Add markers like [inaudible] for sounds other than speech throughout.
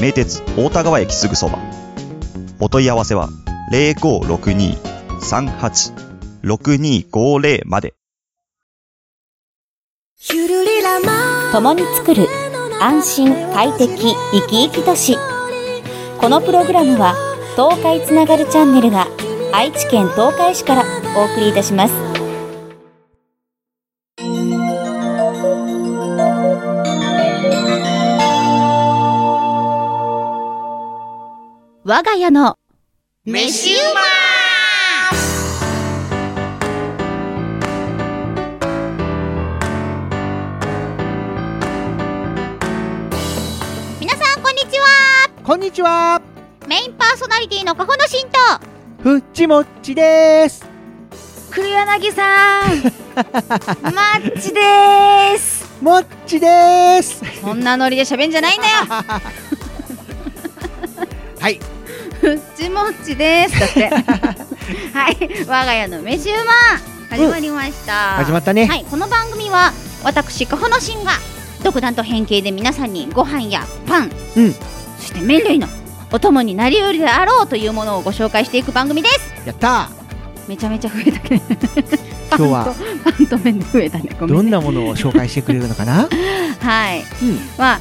名鉄大田川駅すぐそばお問い合わせは0562-38-6250まで共に作る安心快適生き生き都市このプログラムは東海つながるチャンネルが愛知県東海市からお送りいたします我が家の飯うま皆さんこんにちはこんにちは、メインパーソナリティのカホの神とふちもっちです。黒柳さ [laughs] んマッチですもっちです。こんなノリで喋んじゃないんだよはい、ふっちもっちですだって [laughs] はい我が家の飯うま始まりました、始まったね。はいこの番組は私カホの神が独断と偏見で皆さんにご飯やパン、うんそして麺類のお供になりうるであろうというものをご紹介していく番組ですやっためちゃめちゃ増えたけどー。 [laughs] 今日はパンと麺で増えたねごめどんんねなものを紹介してくれるのかな。はいうん。まあ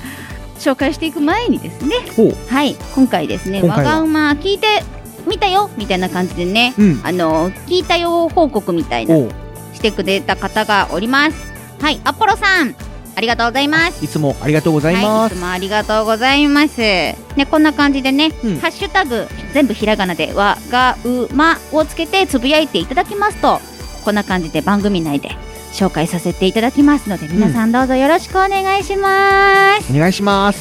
紹介していく前にですねほう。はい今回ですね「今わ回はが馬聞いてみたよ」みたいな感じでねうん。あの聞いたよ報告みたいなおう。してくれた方がおりますはいアポロさんありがとうございますいつもありがとうございはまい、いす。つもありがとうございます。ね、こんな感じでね、うんハッシュタグ全部ひらがなでわがうまをつけてつぶやいていただきますと、こんな感じで番組内で紹介させていただきますので、皆さんどうぞよろしくお願いします。お願いします。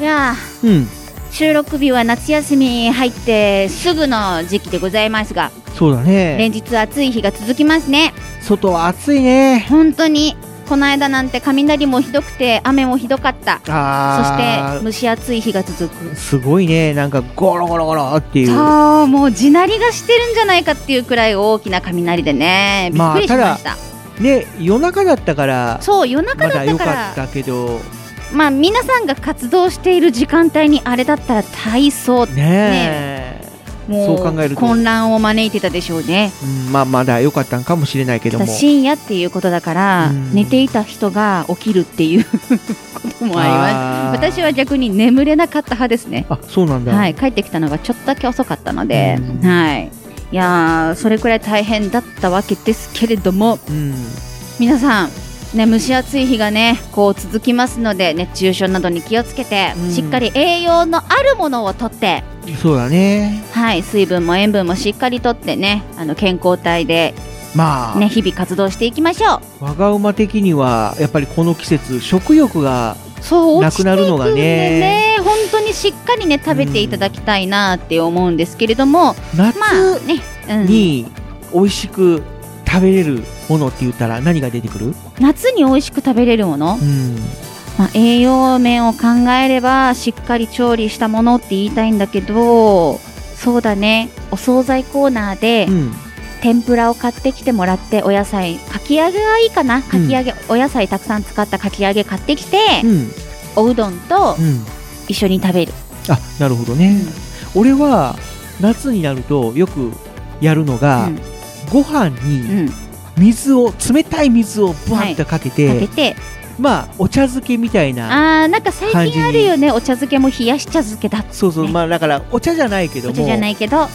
いやうん。ー、収録日は夏休み入ってすぐの時期でございますが、そうだね連。日暑い日が続きますね。外は暑いね。本当にこの間なんて雷もひどくて雨もひどかった。そしあて蒸し暑い日が続くー。すごいね。なんかゴロゴロゴロっていう。そうもう地鳴りがしてるんじゃないかっていうくらい大きな雷でねびっまあくりしました,、ね、夜中だったから。そう夜中まだだった良か、からったけど。まあ皆さんが活動している時間帯にあれだったら体操ねえ。もそう考えると混乱を招いてたでしょうねうんまあ、まだ良かったんかもしれないけどただも。深夜っていうことだからうん寝ていた人が起きるっていう [laughs] こともありますあー私は逆に眠れなかった派ですねあ、そうなんだ。はい、帰ってきたのがちょっとだけ遅かったので、うんはい、いやーそれくらい大変だったわけですけれどもうん。皆さん、ね、蒸し暑い日がねこう続きますので熱中症などに気をつけて、うんしっかり栄養のあるものをとって、そうだね。はい、水分も塩分もしっかりとってねあの健康体で、まあ、ね、日々活動していきましょう。我が馬的にはやっぱりこの季節食欲がそうな落ちくていなるのがくんでねね本当にしっかりね食べていただきたいなって思うんですけれども、夏まあね、うん、に美味しく食べれるものって言ったら何が出てくる、夏に美味しく食べれるもの、うん、まあ、栄養面を考えればしっかり調理したものって言いたいんだけどそうだねお惣菜コーナーでうん、天ぷらを買ってきてもらってお野菜かき揚げがいいかなかき揚げ、お野菜たくさん使ったかき揚げ買ってきて、うん、おうどんとうん。一緒に食べるあ、なるほどね。俺は夏になるとよくやるのが、うんご飯うんに、水を冷たい水をブワンとかけて、かけてまあお茶漬けみたいな。あーなんか最感じ近にあるよねお茶漬けも冷やし茶漬けだそうそう、ねまあだからお茶じゃないけおども茶じゃないけど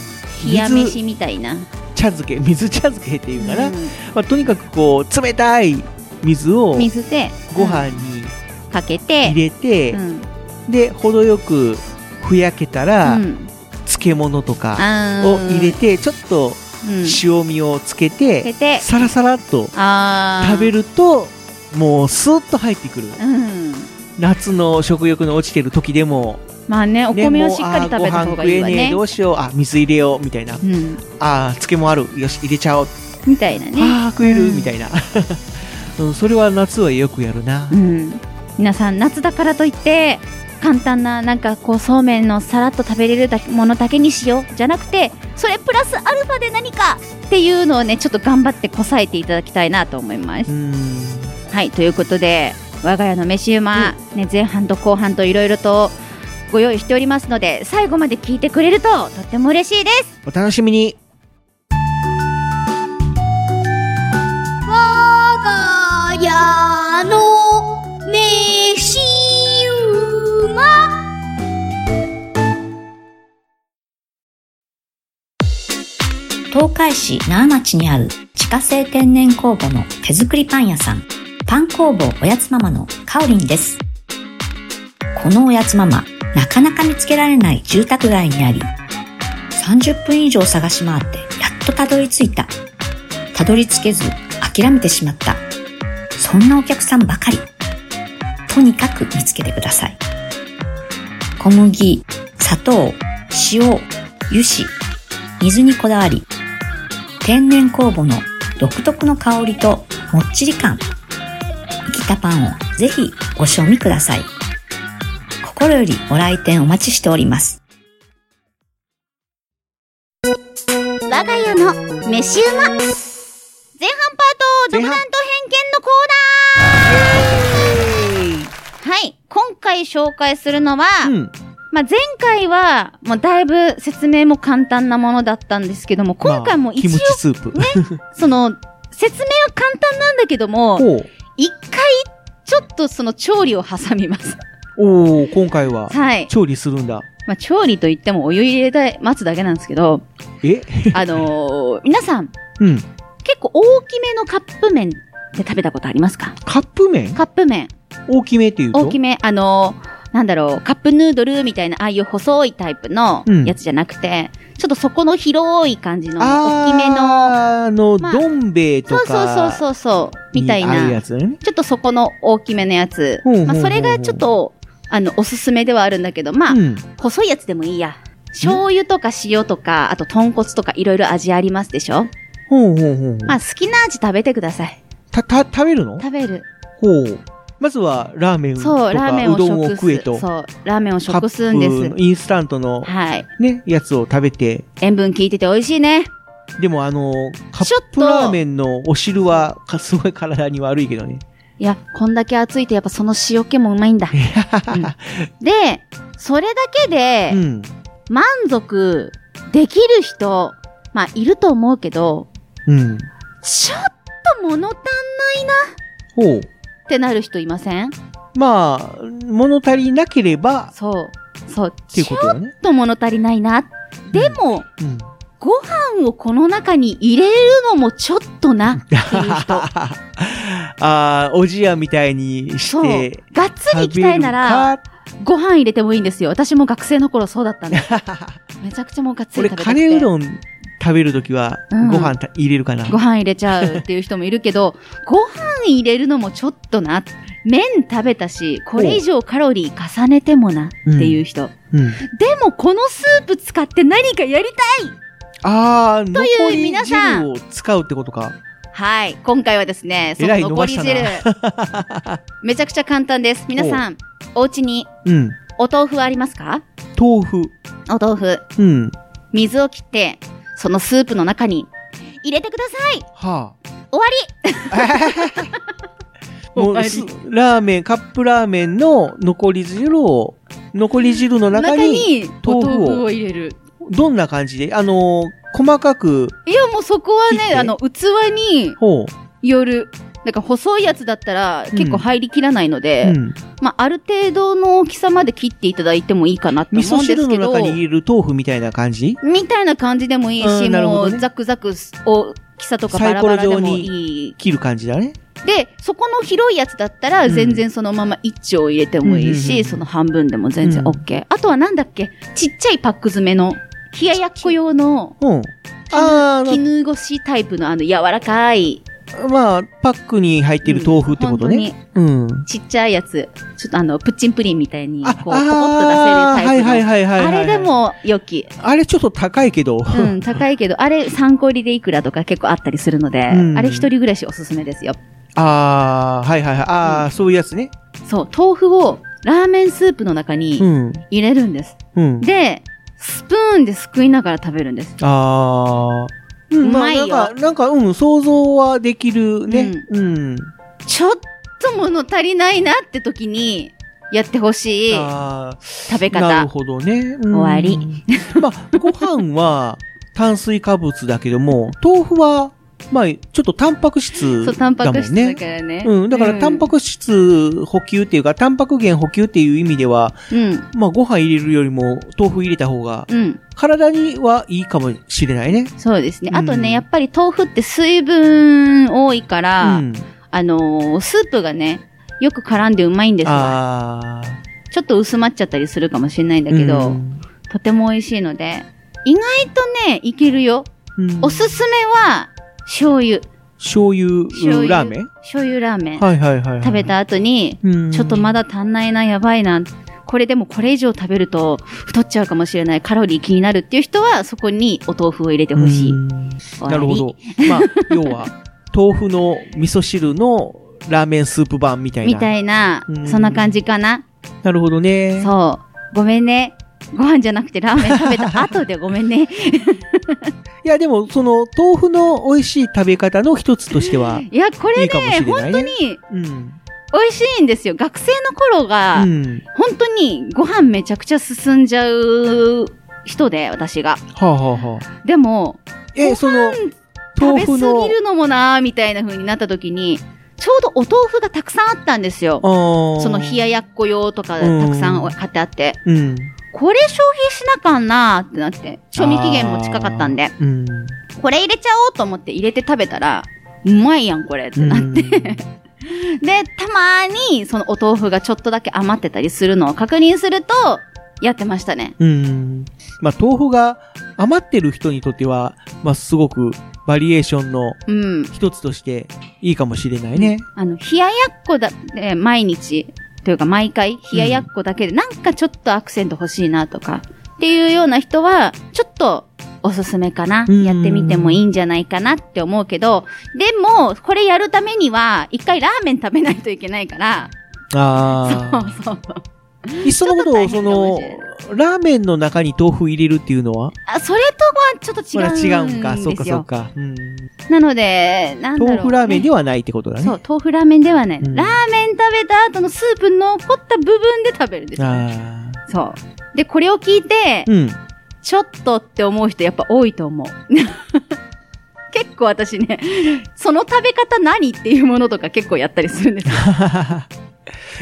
冷や水飯みたいな、茶漬け水茶漬けっていうかな、うまあ、とにかくこう冷たい水をん水でご飯にうんかけて入れて、うんで程よくふやけたら、うん漬物とかあーを入れてちょっとうん塩味をつけて、つけてサラサラっとあー食べるともうスーッと入ってくるうん夏の食欲の落ちてる時でも、まあねおね米をしっかり食べたもうあー方ご飯が食いいえわねえねどうしようあ水入れようみたいなうんあー漬物あるよし入れちゃおうみたいなねあー食える、うんみた [laughs] いな、うん、それは夏はよくやるな、うん皆さん夏だからといって簡単ななんかこうそうめんのさらっと食べれるだけものだけにしようじゃなくてそれプラスアルファで何かっていうのをねちょっと頑張ってこさえていただきたいなと思いますう。んはいということで我が家の飯馬、ね、前半と後半といろいろとご用意しておりますので最後まで聞いてくれるととっても嬉しいですお楽しみに我が家の飯馬東海市奈良町にある自家製天然酵母の手作りパン屋さん、パン工房おやつママのカオリンです。このおやつママ、なかなか見つけられない住宅街にあり、30分以上探し回ってやっとたどり着いた。たどり着けず諦めてしまった。そんなお客さんばかり。とにかく見つけてください。小麦、砂糖、塩、油脂、水にこだわり、天然酵母の独特の香りともっちり感。生きたパンをぜひご賞味ください。心よりご来店お待ちしております。我が家の飯馬前半パート独断と偏見のコーナーはい今回紹介するのは、うんまあ、前回はもうだいぶ説明も簡単なものだったんですけども今回まもあ一キ応ムチスープ、ね、その説明は簡単なんだけどもおう一回ちょっとその調理を挟みます。おう今回 [laughs] ははい。調理するんだまあ、調理といってもお湯入れて待つだけなんですけ [laughs] ど、えあのー皆さん、うん結構大きめのカップ麺で食べたことありますかカップ麺カップ麺。大きめっていうと大きめ、あのーなんだろう、カップヌードルみたいな、ああいう細いタイプのうんやつじゃなくて、ちょっとそこの広い感じの、あ大きめの、ーあの、まあどん兵衛とそうそうそうかそうそう、みたいにあるなや、つねちょっとそこの大きめのやつほうほうほ。うまあ、それがちょっと、あの、おすすめではあるんだけど、まあう、ん細いやつでもいいや。醤油とか塩とか、あと豚骨とかいろいろ味ありますでしょほうほうほうほうまあ好きな味食べてください。たた食べるの食べる。ほうまずはラーメンとそう、ラーメかンうをどんを食食えす。とそう、ラーメンをカッ食プすんです。インスタントのはい。ねやつを食べて塩分効いてて美味しいね。でもあのカちょッっプとラーメンのお汁はかすごい体に悪いけどねいや、こんだけ暑いとやっぱその塩気もうまいんだ。で、それだけでうん満足できる人、まあいると思うけど、うんちょっと物足んないなほうってなる人いませんまあ物足りなければそう。そう。っていちうょこっとだねと物足りないな。でも、うん [laughs] ご飯をこの中に入れるのもちょっとなっていう人。ああおじやみたいにしそう。てがっつり行食きべたいるなら、かご飯入れてもいいんですよ。私も学生の頃そうだったん [laughs] です。めちゃくちゃもうがっつり俺食べカたくレーうて。どん食べるときはうんご飯た入れるかな、ご飯入れちゃうっていう人もいるけど、 [laughs] ご飯入れるのもちょっとな。麺食べたし、これ以上カロリー重ねてもなっていう人。うんでもこのスープ使って何かやりたいああ残いうり皆さん汁を使うってことかはい。今回はですね、そえらのい残り汁伸ば、 [laughs] めちゃくちゃ簡単です。皆さん、お家にうんお豆腐はありますか豆腐お豆腐、うん水を切って、そのスープの中に入れてくださいは終わあ [laughs] もうすラーメンカップラーメンの残り汁を残り汁のり中にお豆腐を豆腐を入れる。どんな感じであのー細かくいや、もうそこは切っね、てあの、器にほう、よる。なんか細いやつだったら結構入りきらないので、うん、まあある程度の大きさまで切っていただいてもいいかなと味思噌うんで汁すのけど。中に入れる豆腐みたいな感じみたいな感じでもいいあーし、なるほもどねうザクザク大きさとかバラバラでもいい。切る感じだねで、そこの広いやつだったらうん全然そのまま一丁入れてもいいうんうんし、うんその半分でも全然うん OK。あとはなんだっけちっちゃいパック詰めの、冷ややっこ用のうんああ絹ごしタイプのあの柔らかいまあ、パックに入っている豆腐ってことね。うん。ちっちゃいやつ、ちょっとあの、プッチンプリンみたいに、こう、ポコッと出せるタイプの。あーはいはいはいはいあはれい。で。も良き。あれちょっと高いけど。うん、高いけど、あれ3個入りでいくらとか結構あったりするので、うんあれ一人暮らしおすすめですよ。ああ、はいはいはい。ああ、そういうやつね。そう、豆腐をラーメンスープの中うにん。入れるんです。うん。で、スプーンですくいながら食べるんです。ああ。ううまいよなんか、なんか、うん、想像はできるね。うん。ちょっと物足りないなって時に、やってほしいああ、食べなる方。ほどね。終わり。 [laughs] まあ、ご飯は炭水化物だけども、豆腐は、まあ、ちょっとタンパク質そう、だタンパもんクね。質だからね。うん、だからタンパク質補給っていうか、タンパク源補給っていう意味では、うん。まあご飯入れるよりも豆腐入れた方が、うん。体にはいいかもしれないね。そうですね。あとうんね、やっぱり豆腐って水分多いかうら、ん。あのースープがね、よく絡んでうまいんですよ。ああ。ちょっと薄まっちゃったりするかもしれないんだけど、うんとても美味しいので、意外とね、いけるよ。うんおすすめは、醤油。醤油醤油ラーメン醤油ラーメン。はいはいはいはい。食べた後に、うん。ちょっとまだ足んないな、やばいな。これでもこれ以上食べると太っちゃうかもしれない、カロリー気になるっていう人は、そこにお豆腐を入れてほしい。うん終わりなるほ。ど。 [laughs] まあ、要は、豆腐の味噌汁のラーメンスープ版みたいな。みたいなう、んそんな感じかな。なるほどね。そう。ごめんね。ご飯じゃなくてラーメン食べた後でごめん [laughs] ね。いや、でも、その、豆腐の美味しい食べ方の一つとしては、いや、こいれいかもね、しれな本いね当にうん。美味しいんですよ。学生の頃が、うん。本当にご飯めちゃくちゃ進んじゃう人で、私が。はあ、はあはあ、でも、え、その、食豆べ過腐のぎ、るのもなーみたいな風になった時に、ちょうどお豆腐がたくさんあったんですよ。そその冷ややっこ用とかうんたくさん買ってあって、うん。これ消費しなかんなーってなって、賞味期限も近かったんであ、ー。うん。これ入れちゃおうと思って入れて食べたら、うまいやんこれってなって。で、たまーにそのお豆腐がちょっとだけ余ってたりするのを確認すると、やってましたね。うん。まあ、豆腐が余ってる人にとっては、まあ、すごくバリエーションのうん。一つとしていいかもしれないね。あの、冷ややっこだ、えー毎日、というか毎回、冷ややっこだけで、なんかちょっとアクセント欲しいなとか、っていうような人は、ちょっと、おすすめかなうんやってみてもいいんじゃないかなって思うけど、でも、これやるためには、一回ラーメン食べないといけないから、ああ。そうそう。いっそのことを、そのちょっと大変かもしれ、ラーメンの中に豆腐入れるっていうのはあ、それとはちょっと違うんほらですよ。違うんか。そうか、そうか。うんなので、なんだろう、豆腐ラーメンではないってことだね。そう、豆腐ラーメンではない。うんラーメン食べた後のスープ残った部分で食べるんですよ。あそう。で、これを聞いてあ。、うん。 [laughs] ちょっとって思う人やっぱ多いと思う。 [laughs] 結構私ね、その食べ方何っていうものとか結構やったりするんですよ。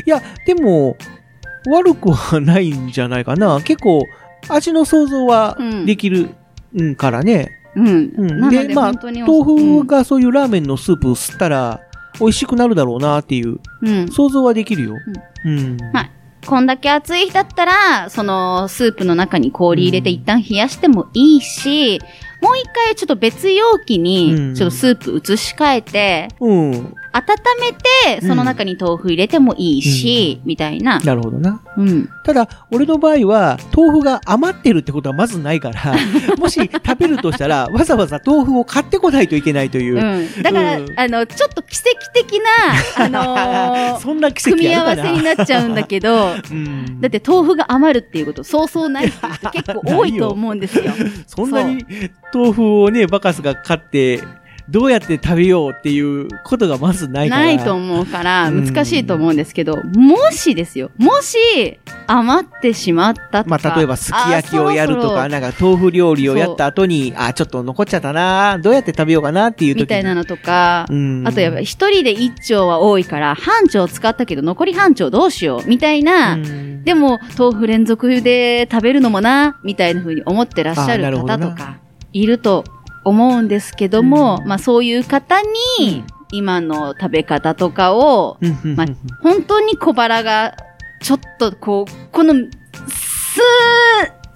いや、でも、悪くはないんじゃないかな。結構、味の想像はうんできる、うん、からね。うん。うんなので、でまあ本当におす豆腐、がそういうラーメンのスープ吸ったら、美味しくなるだろうなっていう、うん、うん想像はできるよ。うん。まあこんだけ暑い日だったら、そのスープの中に氷入れて一旦冷やしてもいいし、もう一回ちょっと別容器うに、んちょっとスープ移し替えて、うん。温めて、その中に豆腐入れてもいいし、みたいな。なるほどな。うん。ただ、俺の場合は、豆腐が余ってるってことはまずない [laughs] から、もし食べるとしたら、わざわざ豆腐を買ってこないといけないという。うん。だから、うんあの、ちょっと奇跡的な、あのー [laughs] そんな [laughs] 奇跡組み合あわるかなせになっちゃうんだけど、うんだって豆腐が余るっていうこと、そうそうないっていう人結構多いと思うんですよ。そんなに豆腐をね、バカスが買って、どうやって食べようっていうことがまずないから。ないと思うから、うん難しいと思うんですけど、もしですよ、もし余ってしまったとか。まあ、例えば、すき焼きをやるあーそろとか、そろなんか、豆腐料理をやった後に、あー、ちょっと残っちゃったなーどうやって食べようかなっていう時にみたいなのとか、うん。あとやっぱ一人で一丁は多いから、半丁使ったけど残り半丁どうしよう、みたいな、うんでも、豆腐連続で食べるのもな、みたいな風に思ってらっしゃあーなるるほど方なとか、いると思うんですけども、うんまあそういう方に、今の食べ方とかを、うんうんうんまあ本当に小腹が、ちょっとこう、この、数、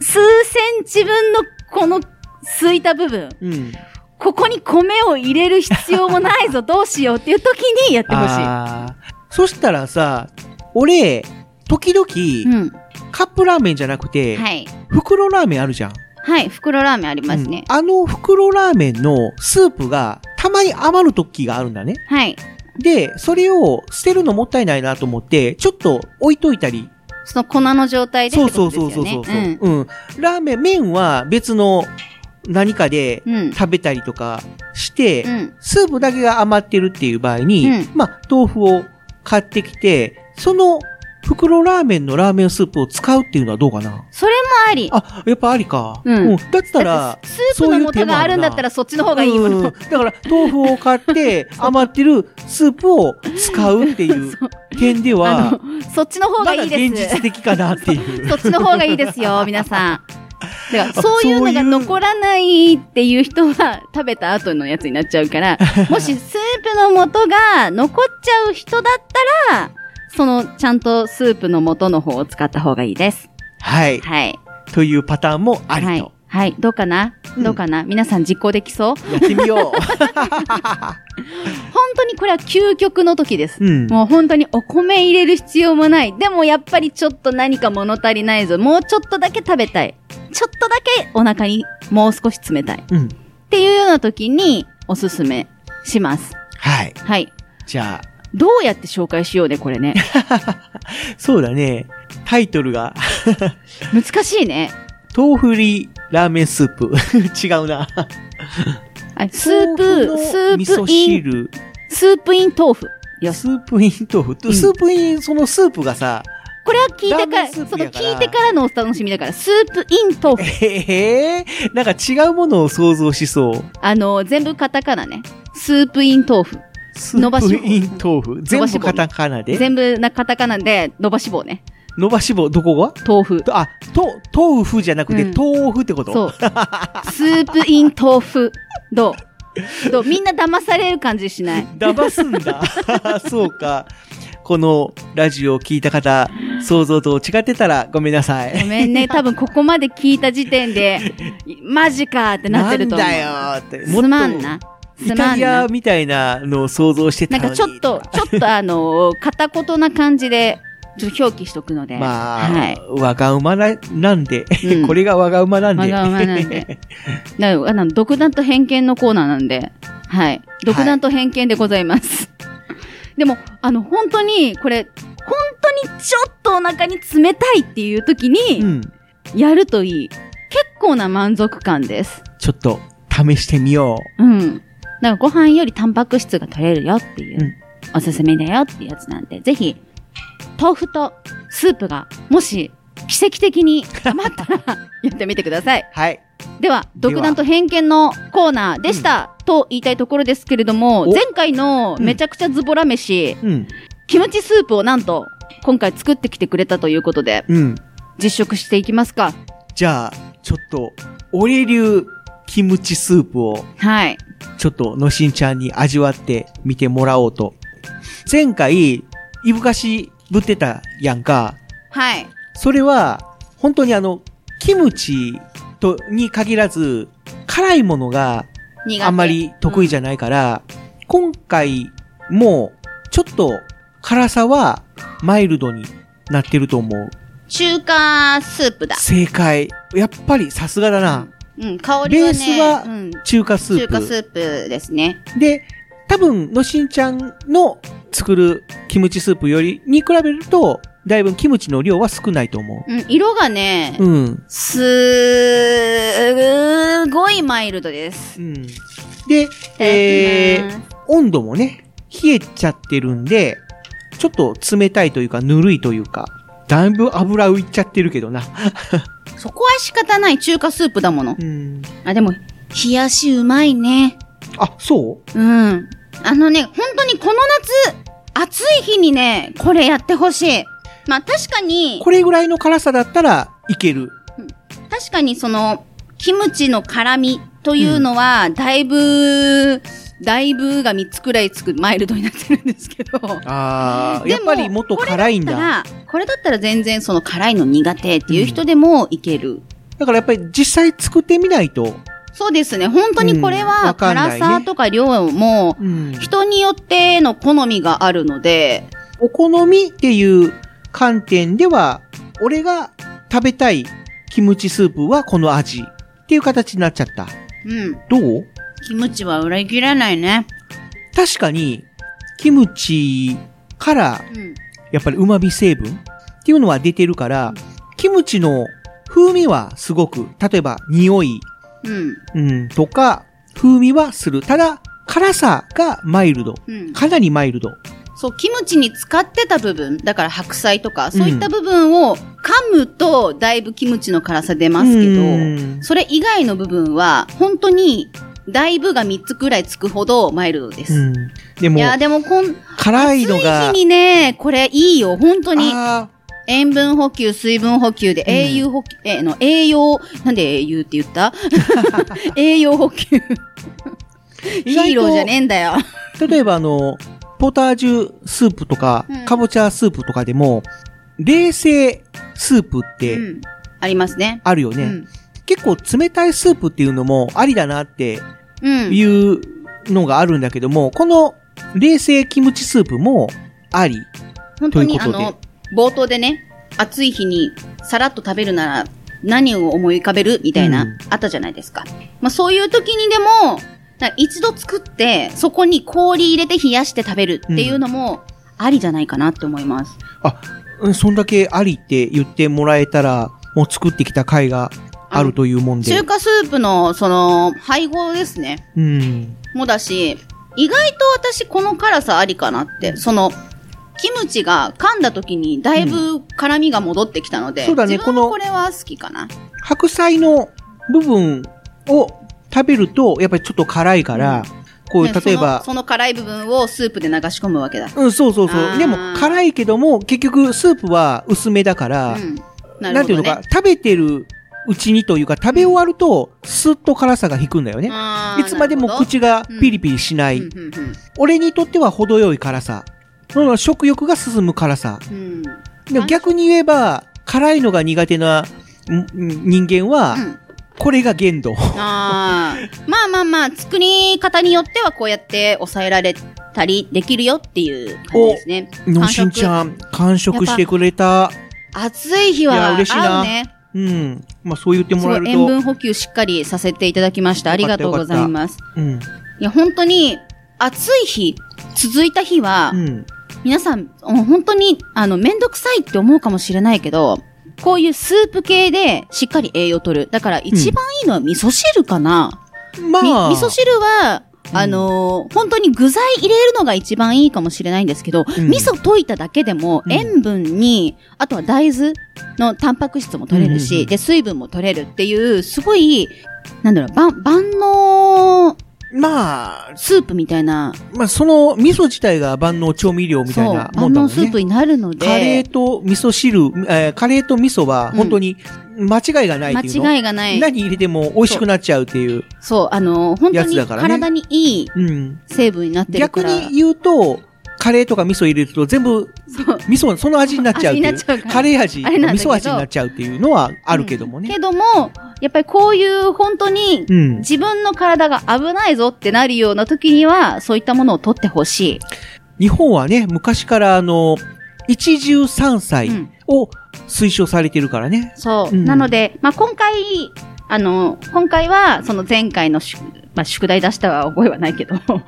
数センチ分のこの、すいた部分うん。ここに米を入れる必要もないぞ、どうしようっていう時にやってほしあーそしたらさ、俺、時々、い。うん。カップラーメンじゃなくて、はい。袋ラーメンあるじゃん。はい、袋ラーメンありますね。うんあの袋ラーメンのスープがたまに余る時があるんだね。はい。で、それを捨てるのもったいないなと思って、ちょっと置いといたり。その粉の状態でってそこうとそうですよそうね。そうそう、うん。ラーメン、麺は別の何かでうん。うん。食べたりとかして、うん。スープだけが余ってるっていう場合に、うんまあ、豆腐を買ってきて、その袋ラーメンのラーメンスープを使うっていうのはどうかなそれもあり。あ、やっぱありか。うんだったらだっ、てススープの素があるんだったらそっちの方がいいもうんの。だから、豆腐を買って、 [laughs] 余ってるスープを使うっていう点であは、の、そっちの方まがだいい現です。実的かなっていう。そっちの方がいいです [laughs] よ、皆さん。だから、あそういうそうのいがう残らないっていう人は、食べた後のやつになっちゃう [laughs] から、もしスープの素が残っちゃう人だったら、その、ちゃんとスープの素の方を使った方がいいです。はい。はい。というパターンもありと。はい。はい。どうかなうんどうかな皆さん実行できそうやってみよ本当にこれは究極の時です [laughs] う。。うん。もう本当にお米入れる必要もない。でもやっぱりちょっと何か物足りないぞ。もうちょっとだけ食べたい。ちょっとだけお腹にもう少し詰めたい。っうん。ていうような時におすすめします。はい。はい。じゃあ、どうやって紹介しようね、これ [laughs] ね。そうだね。タイトルが、難しいね。豆腐入りラーメンスープ。 [laughs] 違うな。はいスープ、ス豆ー腐の味噌プイン、汁。スープイン豆腐。よし。スープイン豆腐。スープイン、そのスープがさ、これは聞いてかラーメら、ンそスのープやから聞いてからのお楽しみだから、スープイン豆腐。へえ、なんか違うものを想像しそう。あの、全部カタカナね。スープイン豆腐。スープイン豆腐。伸全ばし部棒ねカタカナで。全部なカタカナで、伸ばし棒ね。伸ばし棒、どこが豆腐。とあ、と、豆腐じゃなくて、うん豆腐ってことそう。スープイン豆腐。どうどうみんな騙される感じしない。騙すんだ。 [laughs] そうか。このラジオを聞いた方、想像と違ってたらごめんなさごい。めんね。 [laughs] 多分ここまで聞いた時点で、マジかーってなってると思う。なんだよーって。もっすとまんな。すイまタんリなア。みたいなのを想像してたなんのにかちょっと、ちょっとあのー片言な感じで、ちょっと表記しとくので。まあ、はい。わが馬ななんで、うんこれがわが馬なんで。わがままなんで。なあの、独断と偏見のコーナーなんで、はい。独断と偏見でございます。でも、あの、本当に、これ、本当にちょっとお腹に冷たいっていう時うに、ん。やるといい。結構な満足感です。ちょっと試してみようん。なんかご飯よりタンパク質が取れるよっていう、うんおすすめだよっていうやつなんで、ぜひ、豆腐とスープが、もし、奇跡的に余ったら、 [laughs] やってみてください。う。はい。では、独断と偏見のコーナーでした、と言いたいところですけれども、お前回のめちゃくちゃズボラ飯、うん。キムチスープをなんと、今回作ってきてくれたということで、うん。実食していきますか。じゃあ、ちょっと、俺流キムチスープを、はい。ちょっと、のしんちゃんに味わってみてもらおうと。前回、いぶかしぶってたやんか。はい。それは、本当にあの、キムチと、に限らず、辛いものが苦手あんまり得意じゃないから、今回も、ちょっと、辛さは、マイルドになってると思う。中華スープだ。正解。やっぱり、さすがだな。うん、香りはね、ベースはうん、中中華スープ。華スープですね。で、多分、のしんちゃんの作るキムチスープより、に比べると、だいぶキムチの量は少ないと思うん、色がね、う。うん。すーごいマイルドです。うん。で、えいただきー、ます温度もね、冷えちゃってるんで、ちょっと冷たいというか、ぬるいというか、だいぶ油浮いちゃってるけどな。そこは仕方ない中華スープだもの。うん。あ、でも、冷やしうまいね。あ、そううん。あのね、本当にこの夏、暑い日にね、これやってほしい。まあ確かに、これぐらいの辛さだったらいける。確かにその、キムチの辛みというのは、だいぶ、だいぶが3つくらいつく、マイルドになってるんですけど。あー、でやっぱりもっと辛いんだ。これだったら、これだったら全然その辛いの苦手っていう人でもいける。だからやっぱり実際作ってみないと、そうですね。本当にこれうんわは、かんないね辛さとか量も、うん人によっての好みがあるので、お好みっていう観点では、俺が食べたいキムチスープはこの味っていう形になっちゃった。うん。どうキムチは裏切らないね。確かに、キムチからうん。やっぱり旨味成分っていうのは出てるから、キムチの風味はすごく、例えば匂い、うん。うん、とか、風味はする。ただ、辛さがマイルド。うん。かなりマイルド。そう、キムチに使ってた部分、だから白菜とか、そういった部分を噛むと、だいぶキムチの辛さ出ますけど、うんそれ以外の部分は、本当に、だいぶが3つくらいつくほどマイルドです。うん。でもい、や、でもこん、辛いの暑いが、日にね、これいいよ、本当に。あ塩分補給、水分補給で、ん栄養補給、えーの、栄養、なんで栄養って言った [laughs] 栄養補給。ーヒーローじゃねえんだよ。例えばあの、ポタージュスープとか、うんかぼちゃスープとかでも、冷製スープっうてん。ありますね。あるよね。結構冷たいスープっていうのもありだなってうん。うん。いうのがあるんだけども、この冷製キムチスープもあり。本当にとあいうことでの、冒頭でね、暑い日にさらっと食べるなら何を思い浮かべるみたいな、うんあったじゃないですか。まあそういう時にでも、な一度作って、そこに氷入れて冷やして食べるっていうのも、ありじゃないかなって思います。うんそんだけありって言ってもらえたら、もう作ってきた回があるというもんで中。華スープの、その、配合ですね。うん。もだし、意外と私この辛さありかなって、その、キムチが噛んだ時にだいぶ辛みが戻ってきたので、そうだね自分こはのこれは好きかな。白菜の部分を食べると、やっぱりちょっと辛いから、こう、ね例えそばの、その辛い部分をスープで流し込むわけだ。うん、そうそうあそう。ーでも、辛いけども、結局、スープは薄めだから、うん。ななんるほていうど、のね。か、食べてるうちにというか、食べ終わると、スッと辛さが引くんだよね。あーいつまでもなるほど口がピリピリしない。うんうんうん俺にとっては程よい辛さ。うん食欲が進む辛さ。うんでも逆に言えば、辛いのが苦手なうんうん人間は、うんこれが限度。あーまあまあまあ、作り方によってはこうやって抑えられたりできるよっていう感じですね。のしんちん。ゃん、完食してくれた。暑い日いやは嬉しいな合うね。うん。まあ、そう言ってすもごらいえる塩と。分補給しっかりさせていただきました。ありがとうございます。うん。いや、本当に暑い日、続いた日は、うん。皆さん、もう本当に、あの、めんどくさいって思うかもしれないけど、こういうスープ系でしっかり栄養取る。だから一番いいのは味噌汁かな、まみあ。味噌汁は、うんあのー本当に具材入れるのが一番いいかもしれないんですけど、ん味噌溶いただけでもうん塩分に、あとは大豆のタンパク質も取れるし、うんうんうんで、水分も取れるっていう、すごい、なんだろう、万、万能まあ、スープみたいな、まあ、その味噌自体が万能調味料みたいそう万な、もんだも能んスープね。になるので、カレーと味噌汁、えーカレーと味噌は本当に間違いがないっていうの。間違いがない。何入れても美味しくなっちゃうっていう。そう、あの、本当やつだにからね体にいいうん。成分になってるか逆ら。に言うと、カレーとか味噌入れると全部、味噌、その味になっちゃうってい味になっちゃうう。からカレー味、あ味れなんだけど噌味になっちゃうっていうのはあるけどもね。けども、やっぱりこういう本当にうん。自分の体が危ないぞってなるような時には、そういったものを取ってほし日本はね、昔からあの、一汁三い。菜うん。を推奨されてるからね。そう。うんなので、まあ、今回、あの、今回は、その前回の宿、まあ、宿題出したは覚えはないけ [laughs] ど、あの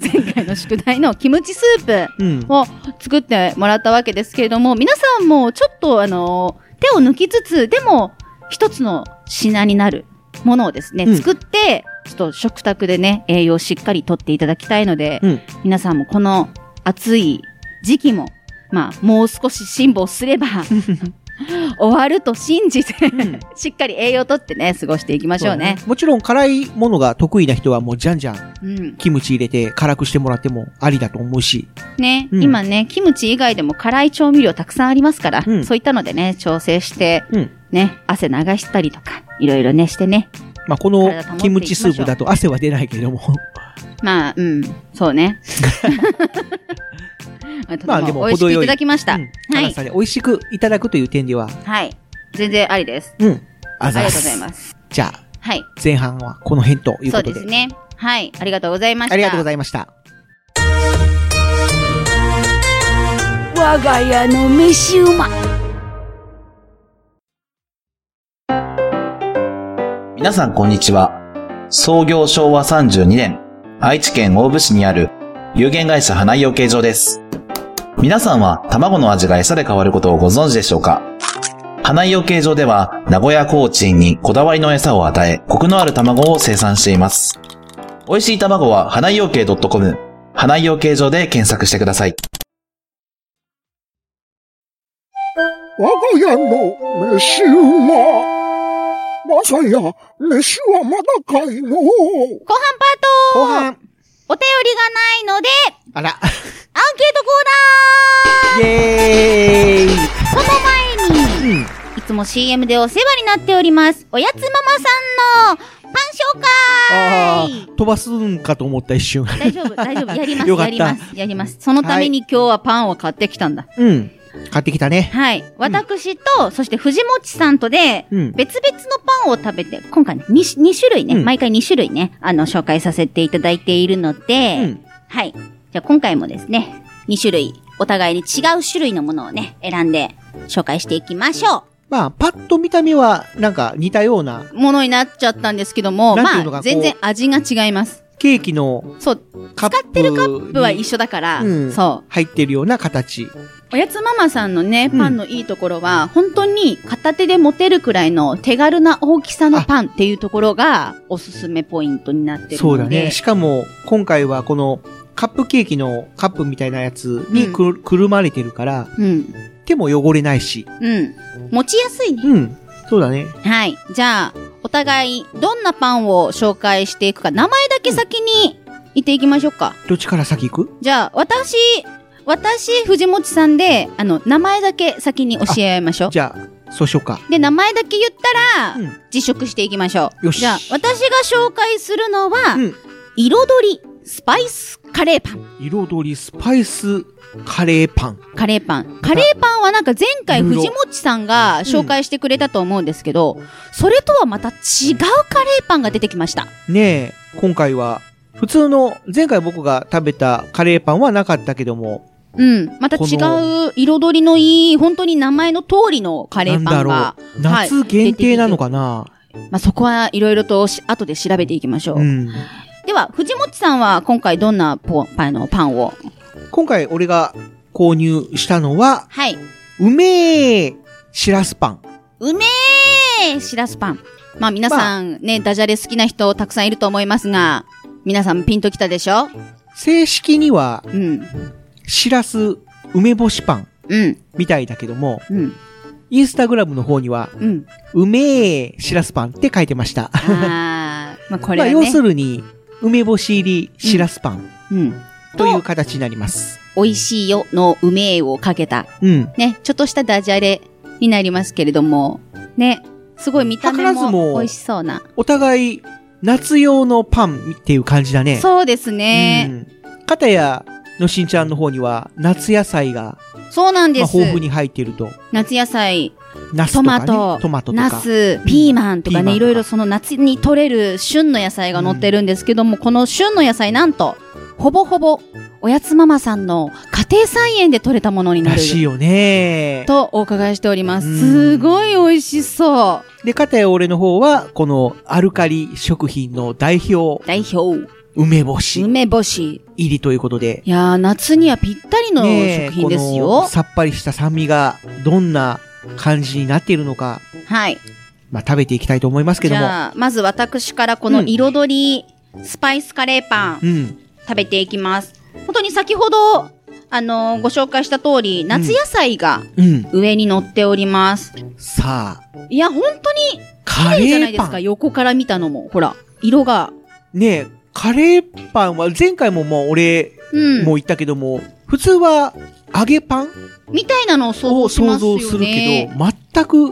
前回の宿題のキムチスープうん。を作ってもらったわけですけれども、皆さんもちょっとあの、手を抜きつつ、でも一つの品になるものをですね、うん作って、ちょっと食卓でね、栄養をしっかりとっていただきたいので、うん皆さんもこの暑い時期も、まあ、もう少し辛抱す [laughs] れば、終わると信じて、ん [laughs] しっかり栄養をとってね、過ごしていきましょうね。もちろん辛いものが得意な人はもうじゃんじゃんうん。キムチ入れて辛くしてもらってもありだと思うし。ね、うん今ね、キムチ以外でも辛い調味料たくさんありますから、うんそういったのでね、調整して、うん。ね、汗流したりとか、いろいろね、してね。まあ、この体保っていきましょうキムチスープだと汗は出ないけれども。まあ、うん、そう [laughs] ね。ままああ、ででもも、美味し程くよいい [laughs] ただきました。うんはい辛さで美味しくいただくという点では、はい。全然ありです。うん。あありざがっとうございす。ます。じゃあ、はい。前半はこの辺というそこうとでで。すね。はい。ありがとうございました。ありがとうございました。我が家の飯馬皆さんこんにちは。創業昭和32年、愛知県大府市にある有限会社花井養鶏場です。皆さんは卵の味が餌で変わることをご存知でしょうか花井養鶏場では名古屋コーチンにこだわりの餌を与え、コクのある卵を生産しています。美味しい卵は花井養鶏 .com、花井養鶏場で検索してください。我が家の飯は、まさや、飯はまだかいのう後半パート後半。お便りがないので、あら。アンケートコイエーイーナーその前に、うん。いつも CM でお世話になっております。おやつママさんのパンあ紹介あ、飛ばすんかと思った一瞬。大丈夫、大 [laughs] 丈夫。やります、よやかったります、やります。そのために今日はパンを買ってきたんだ。うん。買ってきたね。はい。私と、そして藤持さんとで、うん。別々のパンを食べて、今回ね、2, 二種類ね、うん毎回2種類ね、あの、紹介させていただいているので、うん。はい。じゃあ今回もですね、2種類、お互いに違う種類のものをね、選んで紹介していきましょまあ、パッと見た目は、なんか似たようなう。ものになっちゃったんですけども、なんていまうのかあ、全然味が違います。ケーキのそう、カップ使ってるカッ部は一緒だから、うんそ入ってるような形。う。おやつママさんのね、うんパンのいいところは、本当に片手で持てるくらいの手軽な大きさのパンっていうところが、おすすめポイントになってるので。そうだね。しかも、今回はこの、カップケーキのカップみたいなやつにくる,、まれてるから、うん。手も汚れないし。うん。持ちやすいね。うん。そうだね。はい。じゃあ、お互い、どんなパンを紹介していくか、名前だけ先に言っていきましょうか。どっちから先行くじゃあ、私、私、藤持さんで、あの、名前だけ先に教え合いましょう。じゃあ、そうしようか。で、名前だけ言ったら、うん辞職していきましょう。よしじゃあ、私が紹介するのは、うん彩りスパイスカレーパン。彩りスパイスカレーパン。カレーパン。カレーパンはなんか前回いろいろ藤持さんが紹介してくれたと思うんですけど、それとはまた違うカレーパンが出てきました。ねえ、今回は、普通の、前回僕が食べたカレーパンはなかったけども、うん。またこ違のう彩りのいい、本当に名前の通りのカレなーんパだンろが。う、夏限定なのかな、まあ、そこはいろいろとし後で調べていきましょう。うん。では、藤持さんは今回どんなポパンのパンを今回俺が購入したのは、はい。うめえしらすパン。うめえしらすパン。まあ皆さんね、ダジャレ好きな人たくさんいると思いますが、皆さんピンときたでしょ正式には、うん。しらす梅干しパンうん。みたいだけども、うん。インスタグラムの方には、うん。うめえしらすパンって書いてました。あ [laughs] ー。まあこれまはあ要ねす、るに、梅干し入りしらすパンうん。という形になります。美味しいよのうめえをかけたうん。ね、ちょっとしたダジャレになりますけれども、ね、すごい見た目図らずもも美味しそうな。お互い、夏用のパンっていう感じだね。そうですうね。ん。かたや、のしんちゃんの方には、夏野菜が、そうなんまあ、で豊す。富に入っていると。夏野菜、ナスとトか、マね、ト、トマトとナか。ス、ピーマンとかピーマね、ンとかいろいろその夏に採れる旬の野菜が載ってるんですけども、この旬の野菜なんと、ほぼほぼ、おやつママさんの家庭菜園で採れたものにならる。しいよね。とお伺いしておりまうんす。すごい美味しそで、かたや俺の方は、このアルカリ食品の代表う。、代表、梅干し梅干し。入りということで。いやー、夏にはぴったりのねえ食品ですこよの。さっぱりした酸味が、どんな感じになっているのか、はい。まあ、食べていきたいと思いますけじども。ゃあ、まず私からこの彩りスパイスカレーパン、うん。食べていきます。本当に先ほど、あのーご紹介した通り、夏野菜がうん。上に乗っております。さあ、いや、本当にカ綺麗じゃレないーでパすンか。。横から見たのも。ほら、色が。ねえ、カレーパンは前回ももう俺うん。も言ったけども、普通は揚げパンみたいなのを想を像し想ますよ像ね。するけど、全く違。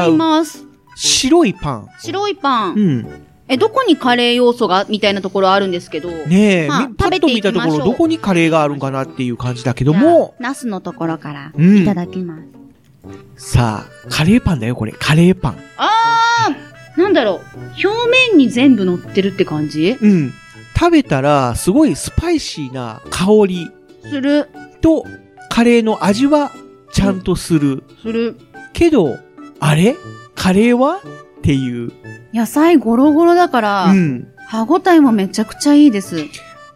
違いうます。白いパン。白いパン。うん。え、どこにカレー要素がみたいなところあるんですけど。ねえ、まあみパッと見食べていたとこきましろょうどこにカレーがあるんかなっていう感じだけじどゃあも、ナスのところからういたん。だきます。さあ、カレーパンだよ、これ。カレーパン。あなんだろう、表面に全部乗ってるって感じうん。食べたら、すごいスパイシーな香りする、と、カレーの味はちゃんとする。する。けど、あれカレーはっていう。野菜ゴロゴロだから、うん。歯ごたえもめちゃくちゃいいです。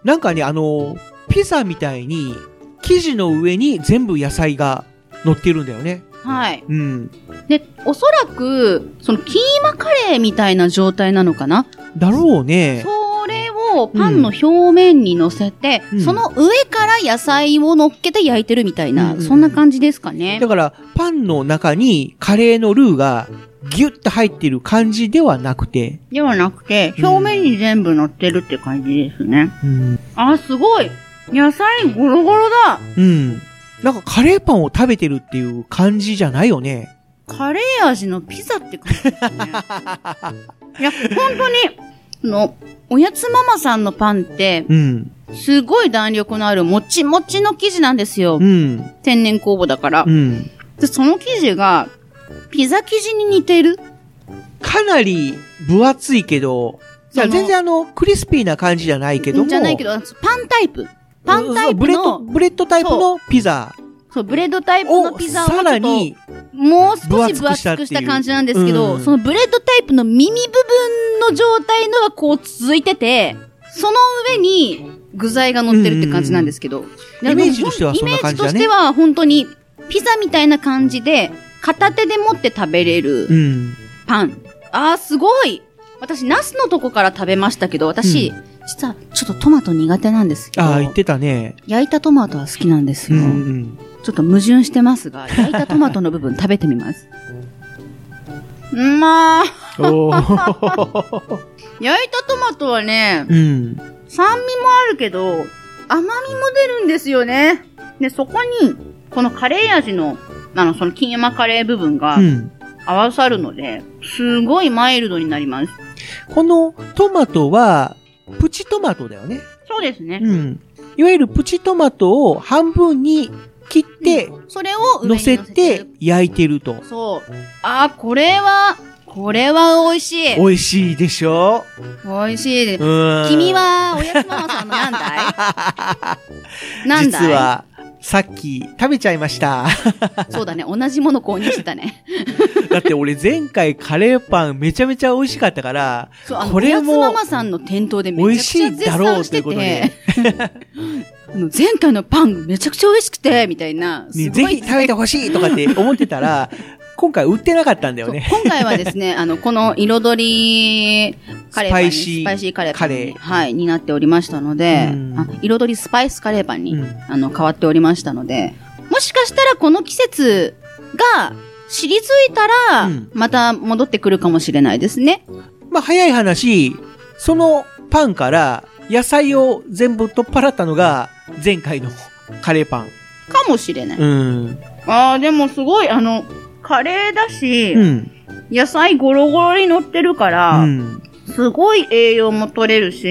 なんかね、あの、ピザみたいに、生地の上に全部野菜が乗ってるんだよね。はい。うん。で、おそらく、そのキーマカレーみたいな状態なのかなだろうね。それをパンの表面に乗せて、うんその上から野菜を乗っけて焼いてるみたいな、うんうんそんな感じですかねだ。から、パンの中にカレーのルーがギュッと入ってる感じではなくて。ではなくて、うん表面に全部乗ってるって感じですね。うん。あ、すごい野菜ゴロゴロだうん。なんかカレーパンを食べてるっていう感じじゃないよね。カレー味のピザって感じですね。 [laughs] いや、本当に、あの、おやつママさんのパンって、うん。すごい弾力のあるもちもちの生地なんですよう。ん。天然酵母だからう。ん。で、その生地が、ピザ生地に似てるかなり分厚いけど、いやその全然あの、クリスピーな感じじゃないけども。じゃないけど、パンタイプ。パンタイプの、そうブレッド、ブレッドタイプのピザそう、ブレッドタイプのをピザをさらちに、ょっと、もう少し分分厚厚くくししたた感じなんですけど、うんそのブレッドタイプの耳部分の状態のがこう続いてて、その上に具材が乗ってるって感じなんですけど。んイメージとしてはそんな感じだねイメージとしては本当に、ピザみたいな感じで、片手で持って食べれる。うん。パン。あー、すごい私、ナスのとこから食べましたけど、私、実はちょっとトマト苦手なんですけどああ、、言ってたね。焼いたトマトは好きなんですうよ。んうん。ちょっと矛盾してます [laughs] が、焼いたトマトの部分食べてみます。うんまあ、おー焼いたトマトはね、 [laughs] うん。酸味もあるけど、甘みも出るんですよね。で、そこに、このカレー味の、あの、その金山カレー部分がうん。合わさるので、すごいマイルドになります。このトマトは、プチトマトだよね。そうですね。うん。いわゆるプチトマトを半分に切って、それを上乗に乗せて焼いてると。そう。あー、これは、これは美味しい。美味しいでしょ美味しいでうす。ーん。君 [laughs] は、おやつママさんのなんだいなんだい実は、さっき食べちゃいま [laughs] した。そうだね。同じもの購入してたね。だって俺前回カレーパンめちゃめちゃ美味しかったから、そう、あの、おこれやつもママさんの店頭でめ美味しちゃくいちゃだ絶ろ賛うしとていうことてで、、 [laughs] あの前回のパンめちゃくちゃ美味しくて、みたいな。ね、すぜごいひ食べてほしい [laughs] とかって思ってたら、今回売ってなかったんだよね。そう今回はですね、あの、この彩りカレーパンに、スパイシースパイシーカレーパンにカレーはい、になっておりましたのでうん、あ彩りスパイスカレーパンに、うんあの、変わっておりましたので、もしかしたらこの季節が、退いたらうん、また戻ってくるかもしれないですね。まあ早い話、そのパンから野菜を全部取っ払ったのが前回のカレーパン。かもしれない。うん。ああ、でもすごい、あの、カレーだし、うん。野菜ゴロゴロに乗ってるかうら、ん。すごい栄養も取れるし、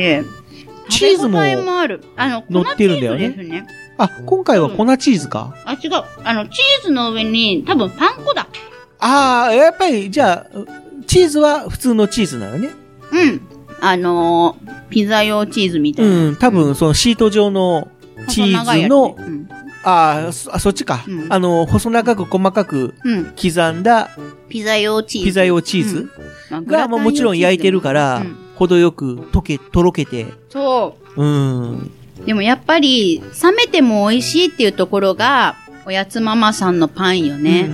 チーズも食べ応えもある。あの、乗ってるんだよ粉チーねズですね。あ、今回は粉チーズか。あ、違う。あの、チーズの上に、多分パン粉だ。ああ、やっぱり、じゃあ、チーズは普通のチーズなのね。うん。あのー、ピザ用チーズみたいな。うん、多分、そのシート状の細長いチーズやつねの、うんあーそあ、そっちかう。んあの、細長く細かくうん。刻んだピザ用チーズ。ピザ用チーズまあグラタが、ン用まあもちろん焼いてるからうん、程よく溶け、とろけて、そうん。う。でもやっぱり、冷めても美味しいっていうところが、おやつママさんのパンよね。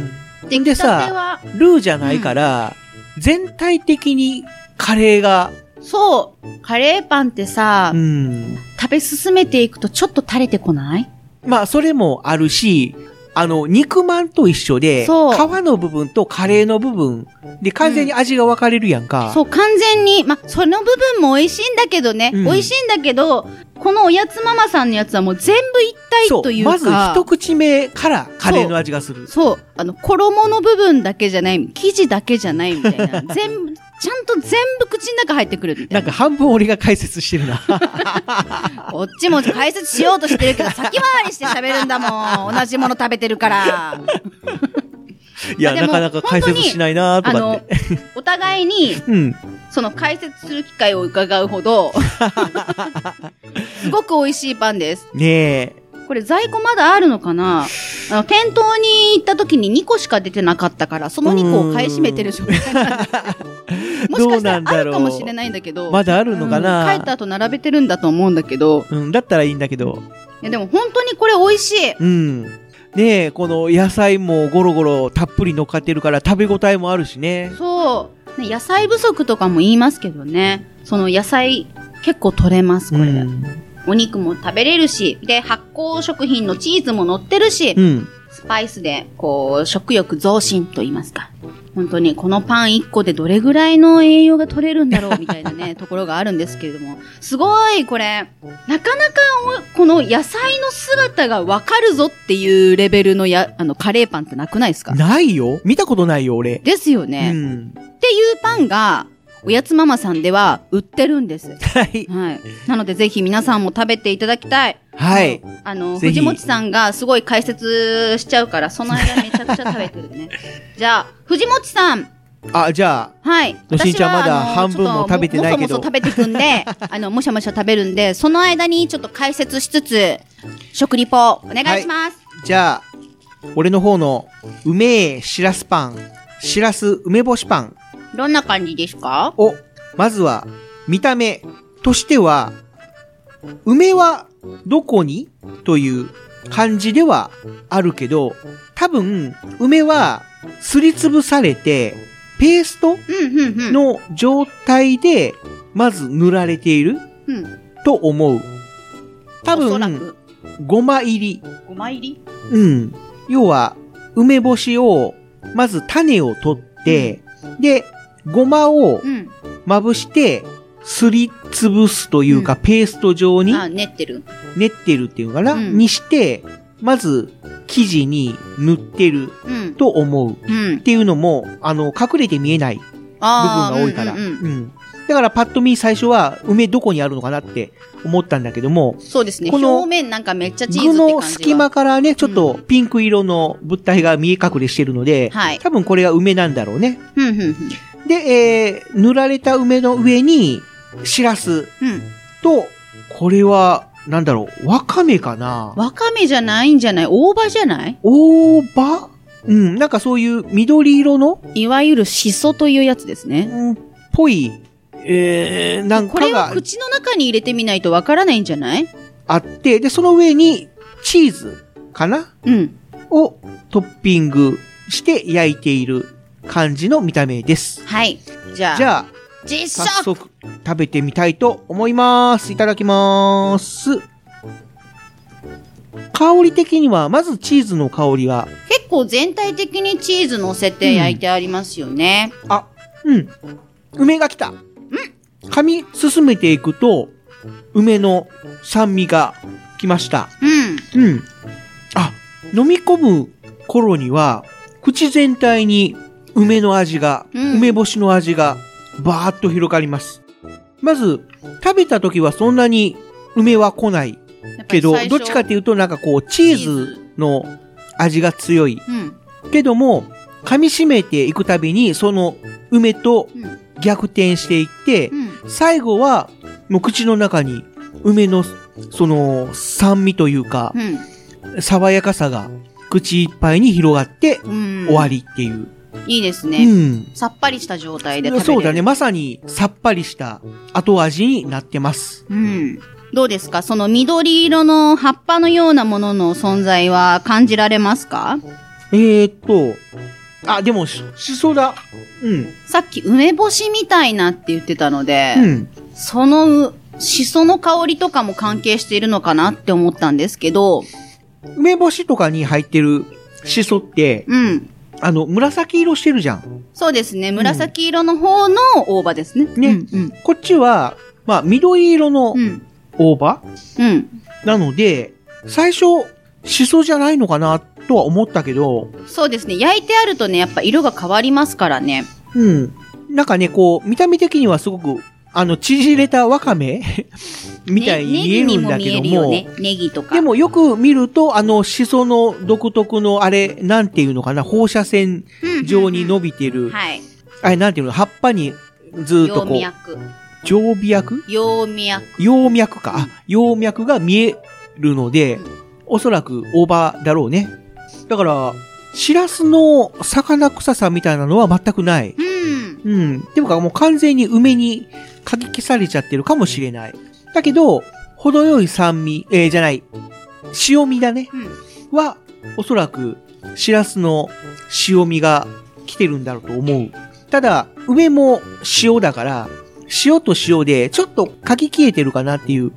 出来でたてさは、ルーじゃないから、全体的にカレーが、そう。カレーパンってさ、うん。食べ進めていくとちょっと垂れてこないまあ、それもあるし、あの、肉まんと一緒で、皮そうの部分とカレーの部分で完全に味が分かれるやんか。そう、完全に、ま、その部分も美味しいんだけどね、うん美味しいんだけど、このおやつママさんのやつはもう全部一体というか、まず一口目からカレーの味がする。そう、あの、衣の部分だけじゃない、生地だけじゃないみたい [laughs] な、全部、ちゃんと全部口の中入ってくるみたないんか半分俺が解説して [laughs] るな。な。こっちも解説しよう [laughs] としてるけど、先回りして喋るんだもん。同じもの食べてるから。いや、でなもかなか解説しないなとあかっのて。、お互いに、うん。その解説する機会を伺うほ [laughs] ど、すごく美味しいパンです。ねえ。これ在庫まだあるのかなあの、店頭に行った時に2個しか出てなかったから、その2個を買い占めてる状態なんです [laughs] もしかしたらあるかもしれないんだけど、まだあるのかな、うん帰った後並べてるんだと思うんだけど、うん、だったらいいんだけど。いやでも本当にこれ美味しい。うん。ねえ、この野菜もゴロゴロたっぷり乗っかってるから食べ応えもあるしね。そう、ね、野菜不足とかも言いますけどね、その野菜結構取れます、これ。うん。お肉も食べれるし、で、発酵食品のチーズも乗ってるし、うん。スパイスで、こう、食欲増進と言いますか。本当にこのパン1個でどれぐらいの栄養が取れるんだろうみたいな [laughs] ね、ところがあるんですけれども。すごい、これ。なかなかお、この野菜の姿がわかるぞっていうレベルのや、あの、カレーパンってなくないですかないよ見たことないよ、俺。ですようね、っん。ていうパンが、おやつママさんでは売ってるんです。はい。はい。なのでぜひ皆さんも食べていただきたい。はい。あの、ぜひ藤持さんがすごい解説しちゃうから、その間めちゃくちゃ食べてる [laughs] ね。じゃあ、藤持さん。あ、じゃはい。のしんちゃんまだあの半分もちょっと食べてないもけどそもそ食べてくんで、 [laughs] あの、もしゃもしゃ食べるんで、その間にちょっと解説しつつ、食リポお願いします。あ、じゃあ、俺の方の、うめえしらすパン、しらす梅干しパンどんな感じですかを、まずは、見た目としては、梅はどこにという感じではあるけど、多分、梅はすりつぶされて、ペーストうん、うん、うん。の状態で、まず塗られているうん。と思う。多おそら分、く、ごま入り。ごま入りうん。要は、梅干しを、まず種を取って、で、ごまをうん。まぶして、すりつぶすというか、ペースト状にあ、練ってる。練ってるっていうのかな、うんにして、まず、生地に塗ってるうん。と思う。っうん。ていうのも、あの、隠れて見えない部あ分ーが多いから。ううんんうんうんだからパッと見最初は梅どこにあるのかなって思ったんだけども、そうですね。この表面なんかめっちゃチーズ具って感じのが隙間からね、ちょっとピンク色の物体が見え隠れしてるので、はい。多分これが梅なんだろうね。うん、うん、うん。で、えー、塗られた梅の上に、しらすうん。と、これは、なんだろう、わかめかなわかめじゃないんじゃない大葉じゃない大葉うん、なんかそういう緑色の、いわゆるしそというやつですね。うん、ぽい、えー、なんこかれをが口の中に入れてみないとわからないんじゃないあって、で、その上に、チーズかなうん。をトッピングして焼いている感じの見た目です。はい。じゃあ、じゃあ、実早食速食べてみたいと思います。いただきます。香り的には、まずチーズの香りが、結構全体的にチーズ乗せて焼いてありますよね。あ、うん。梅が来た。噛み進めていくと、梅の酸味が来ました。うん。うん。あ、飲み込む頃には、口全体に梅の味が、うん梅干しの味が、バーッと広がります。まず、食べた時はそんなに梅は来ないやぱけりど、最初どっちかっていうとなんかこう、チーズの味が強い。うん。けども、噛み締めていくたびに、その梅とうん逆転していってう、ん。最後は、もう口の中に梅の、その、酸味というか、うん。爽やかさが口いっぱいに広がってうん。終わりっていう。いいですうね。ん。さっぱりした状態で食べれる。そうだね。。まさにさっぱりした後味になってます。うん。どうですかその緑色の葉っぱのようなものの存在は感じられますかえー、っと、あ、でもし、しそだ。うん。さっき梅干しみたいなって言ってたので、うん。そのう、しその香りとかも関係しているのかなって思ったんですけど、梅干しとかに入ってるしそって、うん。あの、紫色してるじゃん。そうですね。紫色の方の大葉ですね。ねうん。こっちは、まあ、緑色のうん。大葉、うん。なので、最初、しそじゃないのかなとは思ったけど、うんそうですね。焼いてあるとね、やっぱ色が変わりますからね。うん。なんかね、こう、見た目的にはすごく、あの、縮れたわかめ [laughs] みたいにね見えるんだけどネギにもも、見えるよね。ネギとか。でもよく見ると、あの、シソの独特のあれ、なんていうのかな、放射線うん、うんうん状に伸びてる、はい。あれ、なんていうの、葉っぱにずーっと葉こう、脈。常備薬葉脈。葉脈か。あ葉脈が見えるので、おそらく大葉だろうね。だから、シラスの魚臭さみたいなのは全くない。うん。うん。ていうかもう完全に梅にかき消されちゃってるかもしれない。だけど、程よい酸味、えー、じゃない、塩味だね。は、おそらく、シラスの塩味が来てるんだろうと思う。ただ、梅も塩だから、塩と塩でちょっとかき消えてるかなっていう、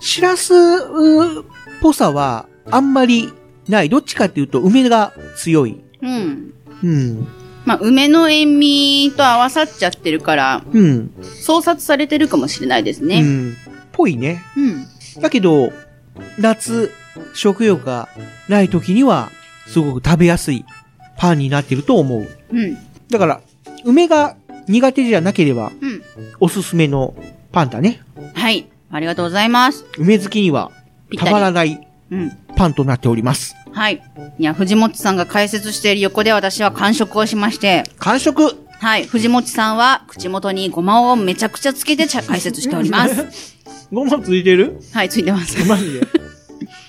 シラスうーっぽさはあんまりない。どっちかっていうと梅が強い。うん。うん。うん。まあ、梅の塩味と合わさっちゃってるから、うん。創殺されてるかもしれないですうね。ん。ぽいね。うん。だけど、夏、食欲がない時には、すごく食べやすいパンになってると思う。うん。だから、梅が苦手じゃなければ、うんおすすめのパンだね。はい。ありがとうございます。梅好きにはぴったたりまらないうん。パンとなっております。はい。いや、藤本さんが解説している横で私は完食をしまして、完食はい。藤本さんは口元にごまをめちゃくちゃつけてちゃ解説しており [laughs] ます。ごまついてるはい、ついてます。いマジで。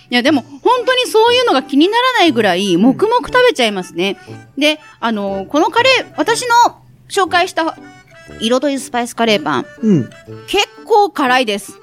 や、でも、本当にそういうのが気にならないぐらい、黙々食べちゃいますね。で、あのーこのカレー、私の紹介した、彩りスパイスカレーパン、うん。結構辛いです。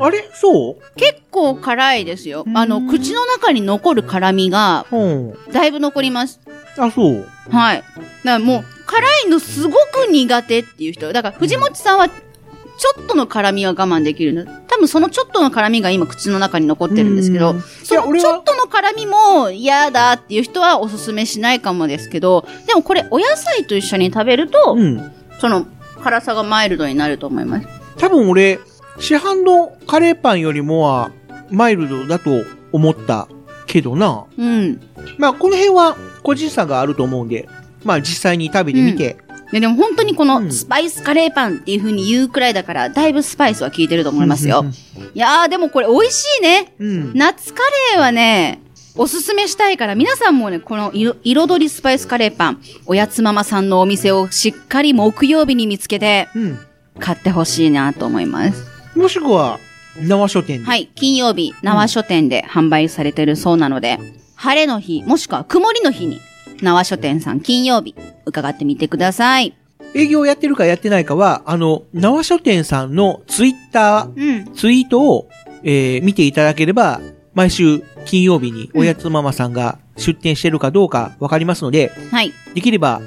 あれそう結構辛いですよ。あの、口の中に残る辛みが、うん。だいぶ残ります。あ、そう。はい。だからもう、辛いのすごく苦手っていう人。だから、藤本さんは、ちょっとの辛みは我慢できるの。多分そのちょっとの辛みが今口の中に残ってるんですけうどんいや、その俺ちはょっとの辛みも嫌だっていう人はおすすめしないかもですけど、でもこれお野菜と一緒に食べると、うん。その辛さがマイルドになると思います。多分俺、市販のカレーパンよりもは、マイルドだと思ったけどな。うん。まあ、この辺は個人差があると思うんで、まあ実際に食べてみて。ででも本当にこうんのスパイスカレーパンっていう風に言うくらいだから、だいぶスパイスは効いてると思思いますよ。。いやーでもこれ美味しいね。うん。夏カレーはね、おすすめしたいから、皆さんもね、このいろ彩りスパイスカレーパン、おやつママさんのお店をしっかり木曜日に見つけて、うん。買ってほしいなと思います。もしくは、縄書店で。。はいい、金曜日、縄書店で販売されてるそうなので、晴れの日、もしくは曇りの日に、縄書店さん金曜日、伺ってみてください。営業やってるかやってないかは、あの、縄書店さんのツイッタうん。ー、ツイートを、えー、見ていただければ、毎週金曜日におやつママさんが出店してるかどうかわかりますので、はい。できれば、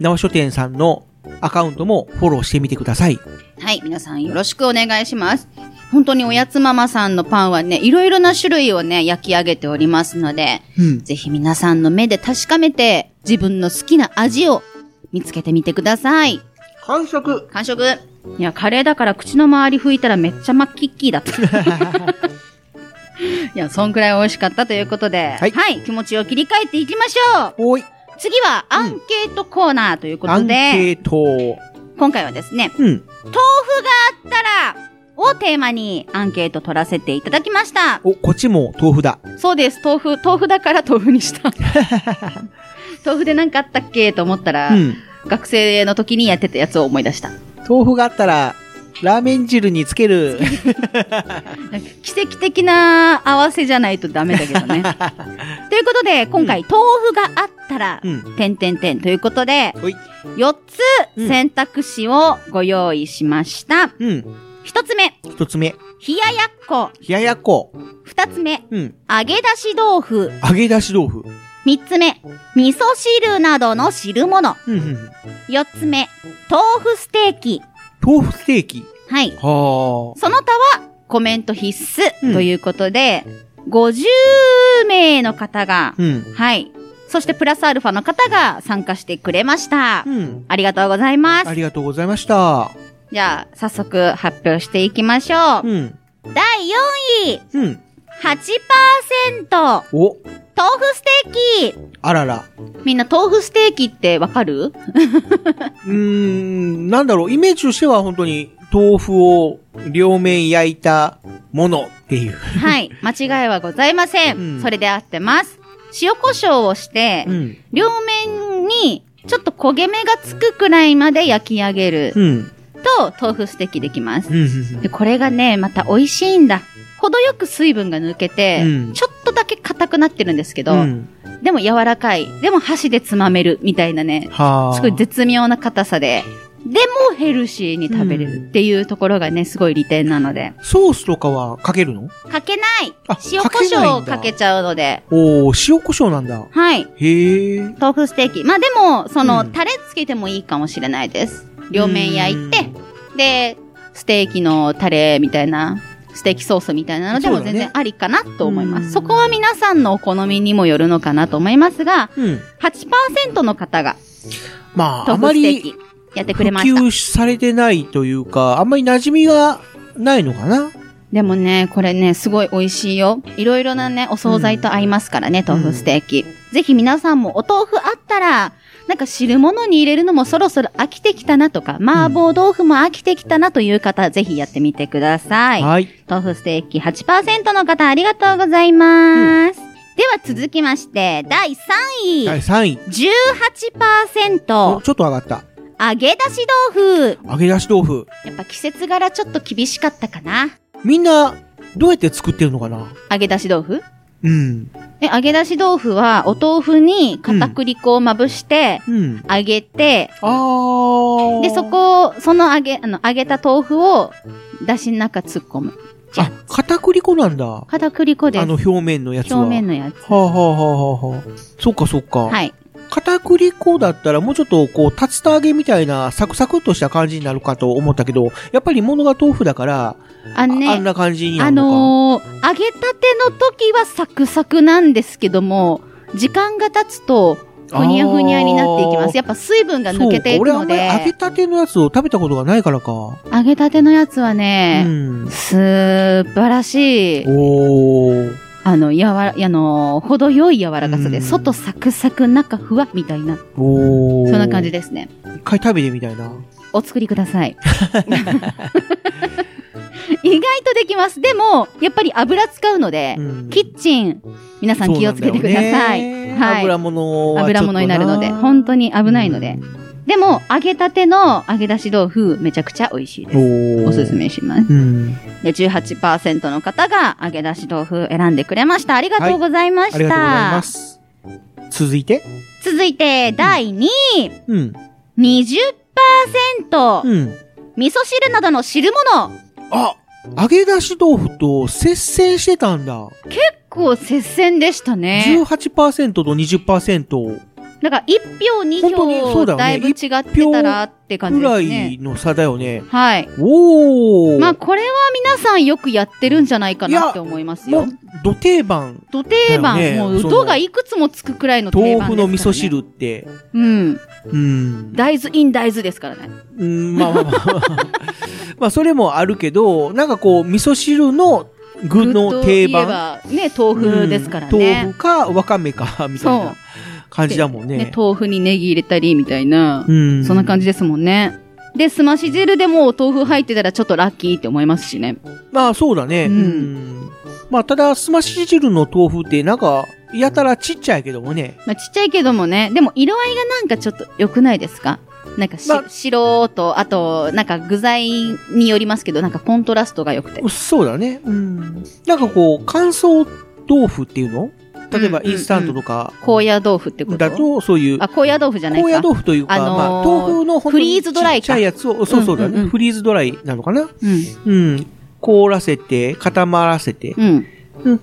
縄書店さんのアカウントもフォローしてみてください。はい、皆さんよろしくお願いします。本当におやつママさんのパンはね、いろいろな種類をね、焼き上げておりますので、うん。ぜひ皆さんの目で確かめて、自分の好きな味を見つけてみてください。完食完食いや、カレーだから口の周り拭いたらめっちゃマッキッキーだった。 [laughs] いや、そんくらい美味しかったということで、はい気持ちを切り替えていきましょうおい。次はアンケートコーナーというこアとンケで、ート。今回はですね、うん。豆腐があったらをテーマにアンケート取らせていただきました。お、こっちも豆腐だ。そうです、豆腐、豆腐だから豆腐に [laughs] した。豆腐で何かあったっけと思ったら、うん。学生の時にやってたやつを思い出した。豆腐があったら、ラーメン汁につける。奇跡的な合わせじゃないとダメだけど [laughs] ね。ということで、今回、豆腐があったら、うん。てんてんてんということで、ほい。 4つ選択肢をご用意しました。うん。 1つ目、一つ目、冷ややっこ。冷ややっこ。 2つ目、うん。揚げ出し豆腐。揚げ出し豆腐。 3つ目、味噌汁などの汁物。うんうんうん。 4つ目、豆腐ステーキ。豆腐ステーキ。はい。はその他はコメント必うん須ということで、50名の方があ。、うん。はい。そしてプラスアルファの方が参加してくれました。うん。ありがとうございまあす。りがとうございました。じゃあ、早速発表していきましょう。うん。第4位、うん。 8%お。豆腐ステーキあらら。みんな豆腐ステーキってわかるうーん、なんだろう、イメージとしては本当に豆腐を両面焼いたものっていう。 [laughs] はい。間違いはございません。うんそれで合ってます。塩胡椒をして、うん。両面にちょっと焦げ目がつくくらいまで焼き上げるうん。と、豆腐ステーキできます。うん。で、これがね、また美味しいんだ。程よく水分が抜けて、うんちょっとだけ硬くなってるんですけど、うん。でも柔らかい。でも箸でつまめるみたいなね、はあ。すごい絶妙な硬さで、でもヘルシーに食べれるっていうところがね、すごい利点なので。ソースとかはかけるのかけないあ塩か胡けない椒んをだかけちゃうので。おー、塩胡椒なんだ。はい。へえ。豆腐ステーキ。まあでも、その、うんタレつけてもいいかもしれないです。両面焼いてう、で、ステーキのタレみたいな、ステーキソースみたいなのでそもうだね全然ありかなと思いまうんす。そこは皆さんのお好みにもよるのかなと思いますが、うん。 8%の方がまあ、あ豆ま腐ステーりキやって普くれました。及されてないというか、あんまり馴染みがないのかな。でもね、これね、すごい美味しいよ。いろいろなね、お惣菜と合いますからね、豆腐ステーキ。ぜひ皆さんもお豆腐あったら、なんか汁物に入れるのもそろそろ飽きてきたなとか、麻婆豆腐も飽きてきたなという方、ぜひやってみてください。はい。豆腐ステーキ8%の方ありがとうございます。では続きまして、第3位。第3位。お18%ちょっと上がった。揚げ出し豆腐。揚げ出し豆腐。やっぱ季節柄ちょっと厳しかったかな。みんな、どうやって作ってるのかな揚げ出し豆腐うん。で、揚げ出し豆腐は、お豆腐に片栗粉をまぶして、うん。揚げて、あー。で、そこを、その揚げ、あの、揚げた豆腐を、だしの中突っ込む。あ、片栗粉なんだ。片栗粉であすの。表面のやつ表は。面のやつ。はあ、はあはあはあはあ、そっかそっか。はい。片栗粉だったらもうちょっとこう、竜田揚げみたいなサクサクっとした感じになるかと思ったけど、やっぱり物が豆腐だから、あのあんね、な感じになあるのか。のー揚げたての時はサクサクなんですけども、時間が経つと、ふにゃふにゃになっていきまあーす。やっぱ水分がそう抜けていく俺あのんまり揚げで、たてのやつを食べたことがないからか。揚げたてのやつはうね、ん。素晴らしい。おー。あの、やわら、あのー、程よい柔らかさうで、ん外サクサク、中ふわ、みたいな、おー。そんな感じ。ですね。一回食べてみたいな。お作りくださ [laughs] い。意外とできます。でも、やっぱり油使うのでう、んキッチン、皆さん気をつけてください。そうなんだよねはい。油物はちょっと油物になるので、本当に危ないので。。でも、揚げたての揚げ出し豆腐、めちゃくちゃ美味しいでうす。んおーおすす。めします。うん。で、18%の方が揚げ出し豆腐選んでくれました。ありがとうございました。ありがとうございます。続いて続いて、第2位。うん。 20%、うん。味噌汁などの汁物。結あ揚げ出し豆腐と接戦してたんだ。構接戦でしたね。 18%と20%だから1票、本当にそう2だ票、よねだいぶ違ってたらって感ぐじでらすいね。の差だよね。はい。おー。まあ、これは皆さんよくやってるんじゃないかなって思いますもうよ。、ど定番。ど定番、だよねもう、そのうどがいくつもつくくらいの定豆番ですから、ね。腐の味噌。汁って。うん。うん。大豆イン大豆ですからね。うん、まあまあま [laughs] あ。まあ、それもあるけど、なんかこう、味噌汁の具の定具といえ番。ばね、豆腐ですからうん豆ね。腐か、わかめか、みたいそなう感じだもんね。ね豆腐にネギ入れたりみたいな。うん。そんな感じですもんね。で、すまし汁でもお豆腐入ってたらちょっとラッキーって思いますしね。まあそうだね。う。うんんまあただ、すまし汁の豆腐ってなんか、やたらちっちゃいけどもね。まあ、ちっちゃいけどもね、でも色合いがなんかちょっと良くないですかなんかし、まあ白と、あと、なんか具材によりますけど、なんかコントラストが良くて。そうだね。うん。なんかこう、乾燥豆腐っていうの例えばうんうんインスタントとか高野豆腐ってことだと、そういう、あ、高野豆腐じゃない高か。野豆腐というか、あのーまあ豆腐の本当フリにーズドラちイっかちゃいやつを、そうそうだね。うんうんうんフリーズドライなのかなうん。うん。凍らせて、固まらせて、うん。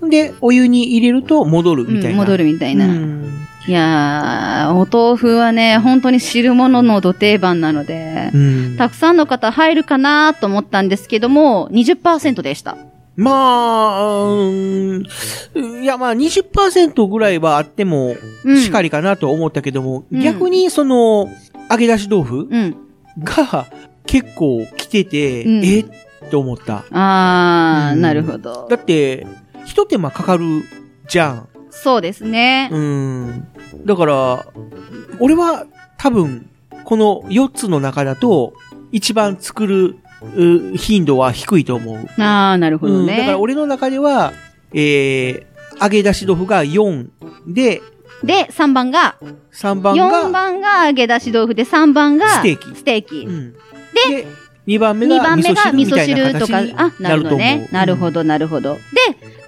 うんで、お湯に入れると戻るみたいな。うん戻るみたいな。うん。いやー、お豆腐はね、本当に汁物の土定番なので、うんたくさんの方入るかなと思ったんですけども、20%でした。まあ、うーん、いやまあ20%ぐらいはあっても、うんしかりかなと思ったけども、うん逆にその、揚げ出し豆腐うん。が結構来てて、うんえって思った。あー、うんなるほどだ。って、一手間かかるじゃん。そうですね。うん。だから、俺は多分、この4つの中だと、一番作るう頻度は低いと思う。ああ、なるほどうん、ね。だから俺の中では、えー、揚げ出し豆腐が4で、で、3番が、 3番4が番が揚げ出し豆腐で、3番がステーキ。ステーキう。ん、で、2番目2が番味目が噌汁味み噌たいな汁とか形に、あ、ななるるほと思どう。ね。なるほど。ど、なるほど。で、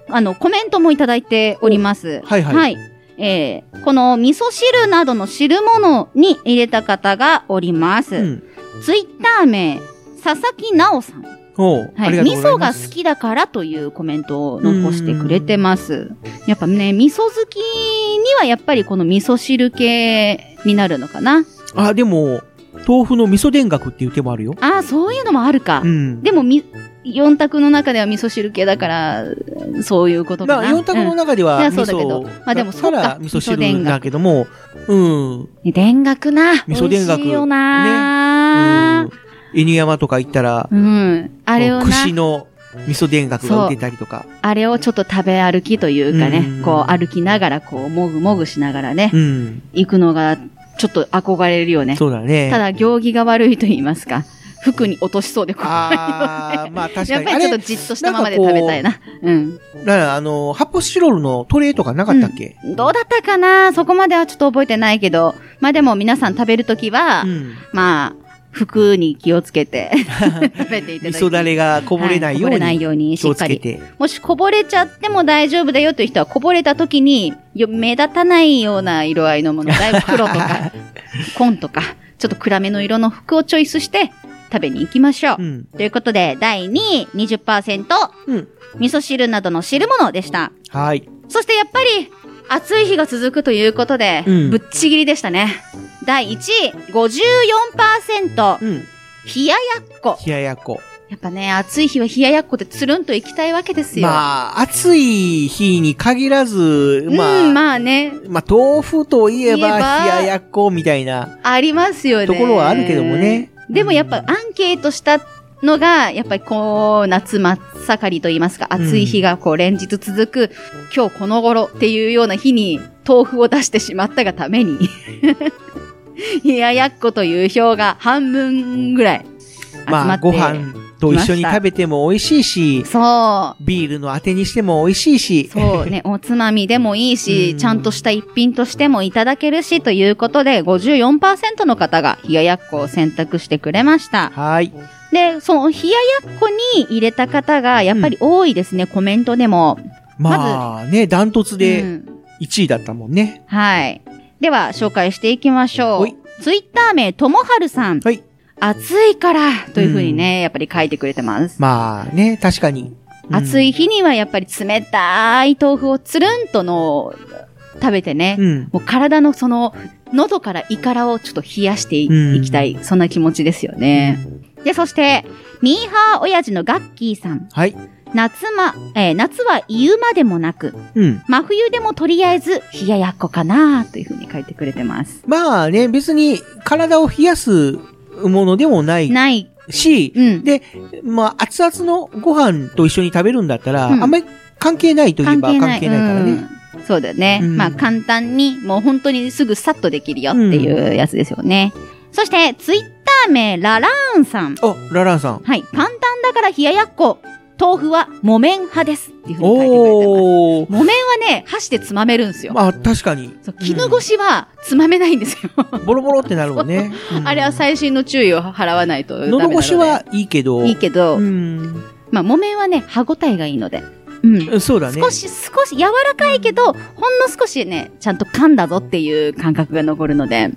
あの、コメントもいただいております。はいはいえーこの味噌汁などの汁物に入れた方がおります。うん。ツイッター名、佐々木奈さん。おうはあい、りがと味うござい噌がます。好きだからというコメントを残してくれてます。やっぱね、味噌好きにはやっぱりこの味噌汁系になるのかな。あ、でも、豆腐の味噌田楽っていう手もあるよ。ああ、そういうのもあるか。うん。でも、み、4択の中では味噌汁系だから、そういうことかまあ、な。 4択うのん中では、うん味いやそうだけ噌どまあでもだったらそっか味噌味噌田汁楽だけども、うん。ね田楽な。美噌田味楽しいよな、犬山とか行ったら、うん。あれをな、串の味噌田楽が売ってたりとか。あれをちょっと食べ歩きというかうねん、こう歩きながら、こう、もぐもぐしながらね、うん。行くのが、ちょっと憧れるよね。そうだね。ただ、行儀が悪いと言いますか、服に落としそうで怖いよあ [laughs] ね。ー、まあ確かやっに。ぱありちょっとれ、だじっとしたままで食べたいな。うん。からあの、発泡スチロールのトレーとかなかったっけどうだったかなそこまではちょっと覚えてないけど。まあでも皆さん食べるときは、うん。まあ、服に気をつけ [laughs] て食べていただ味き噌だれがこぼれないよはこぼうれないにように気しっをつかけり。て。もしこぼれちゃっても大丈夫だよという人は、こぼれた時に、よ目立たないような色合いの [laughs] もの、だいぶ黒とか、紺とか、ちょっと暗めの色の服をチョイスして、食べに行きましょう。うん。ということで、第2位、20%、うん。味噌汁などの汁物でした。はい。そしてやっぱり、暑い日が続くということで、うんぶっちぎりでしたね。第1位、54%、うん。冷ややっこ。冷ややっこ。やっぱね、暑い日は冷ややっこでつるんと行きたいわけですよ。まあ、暑い日に限らず、うまん、あ、まあね、まあ、豆腐といえば、言えば冷ややっこみたいな。ありますよね。ところはあるけどもね。でもやっぱアンケートしたのが、やっぱりこう、夏真っ盛りと言いますか、暑い日がこう連日続く、今日この頃っていうような日に豆腐を出してしまったがため [laughs] に、冷ややっこという票が半分ぐらい集ままあ、って。ご飯と一緒に食べても美味しいし、そう。ビールのあてにしても美味しいし。そう [laughs] ね、おつまみでもいいうんし、ちゃんとした一品としてもいただけるし、ということで、54%の方が冷ややっこを選択してくれました。はい。で、その冷ややっこに入れた方が、やっぱり多いですね、コメントでも。まあね、ダントツうでん1位だったもんね。はい。では、紹介していきましょ。ほいうツイッター名、ともはるさん。はい。暑いから、というふうにね、やっぱり書いてくれてます。まあね、確かに。うん暑い。日にはやっぱり冷たい豆腐をつるんとの、食べてね、うん。もう体のその、喉から胃からをちょっと冷やしてい,、うんきたい。そんな気持ちですよね。で、そして、ミーハー親父のガッキーさん。はい。夏ま、えー夏は言うまでもなく、うん。真冬でもとりあえず冷ややっこかなというふうに書いてくれてます。まあね、別に体を冷やすものでもないない。し、うん。で、まあ熱々のご飯と一緒に食べるんだったら、うんあんまり関係ないといえ関ば係な関い。係ないからね。うんそうだよね。うんまあ簡単に、もう本当にすぐさっとできるよっていうやつですよね。そして、ツイッター名、ララーンさん。あ、ラランさん。はい。簡単だから冷ややっこ。豆腐は木綿派です。っていうふうに書いてくれてます。おー。木綿はね、箸でつまめるんですよ。まあ確かに。そう絹ごしはつまめないんですよ。うんボロボロってなるもんね。うんあれは最新の注意を払わないとダメなの喉で。越しはいいけど。いいけど、うん。まあ木綿はね、歯ごたえがいいので。うん。そうだね。少し、少し柔らかいけど、ほんの少しね、ちゃんと噛んだぞっていう感覚が残るので。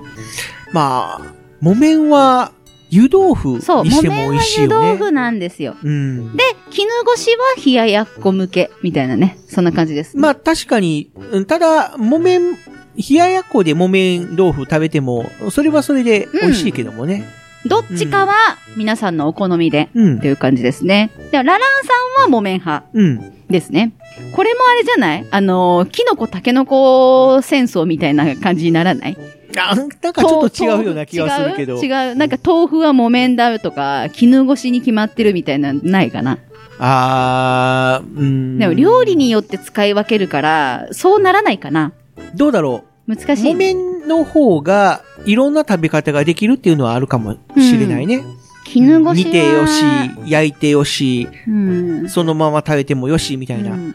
まあ、木綿は湯豆腐にそう、木しても綿美は味しい湯よね。豆腐なんですよ。うん。で、絹ごしは冷ややっこ向け、みたいなね。そんな感じです、ね。まあ確かに、うんただ、木綿、冷ややっこで木綿豆腐食べても、それはそれで美味しいけどもね。どっちかは皆さんのお好みでうんと。いう感じですね。でもラランさんは木綿派うん。ですね。これもあれじゃないあのー、キノコタケノコ戦争みたいな感じにならないあなんかちょっと違うような気がするけど。豆腐違う違う。なんか豆腐は木綿だとか、絹ごしに決まってるみたいなのないかな。あー、うーん。でも料理によって使い分けるから、そうならないかな。どうだろ難う。しい。木綿の方が、いろんな食べ方ができるっていうのはあるかもしれないね。絹ごしは煮てよし、焼いてよし、うん。そのまま食べてもよし、みたいな。うん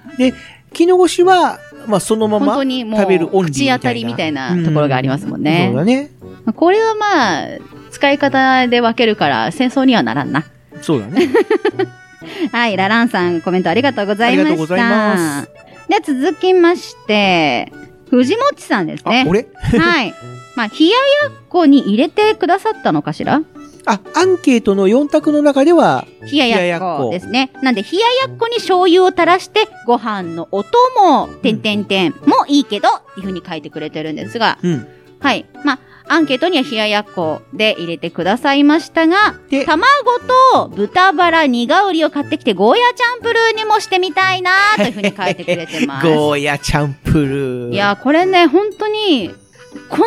絹ごしは、まあ、そのま本当まにも食べるオう、ンリーみたい口な当たりみたいなところがありますもんねそう。だね。まあこれはまあ、使い方で分けるから戦争にはならんな。そう [laughs] だね。はい、ラランさんコメントありがとうございました。ありがとうございますで、続きまして、藤もちさんですあね、。俺はい。まあ、冷ややっこに入れてくださったのかしらあ、アンケートの4択の中では、冷ややっこですね。なんで、冷ややっこに醤油を垂らして、ご飯のお供、てんてんてんもいいけど、っていうふうに書いてくれてるんですが、うん。はい。まあ、アンケートには冷ややっこで入れてくださいましたが、で、卵と豚バラ苦織りを買ってきて、ゴーヤチャンプルーにもしてみたいな、というふうに書いてくれてま [laughs] す。ゴーヤチャンプルー。いや、これね、本当に、この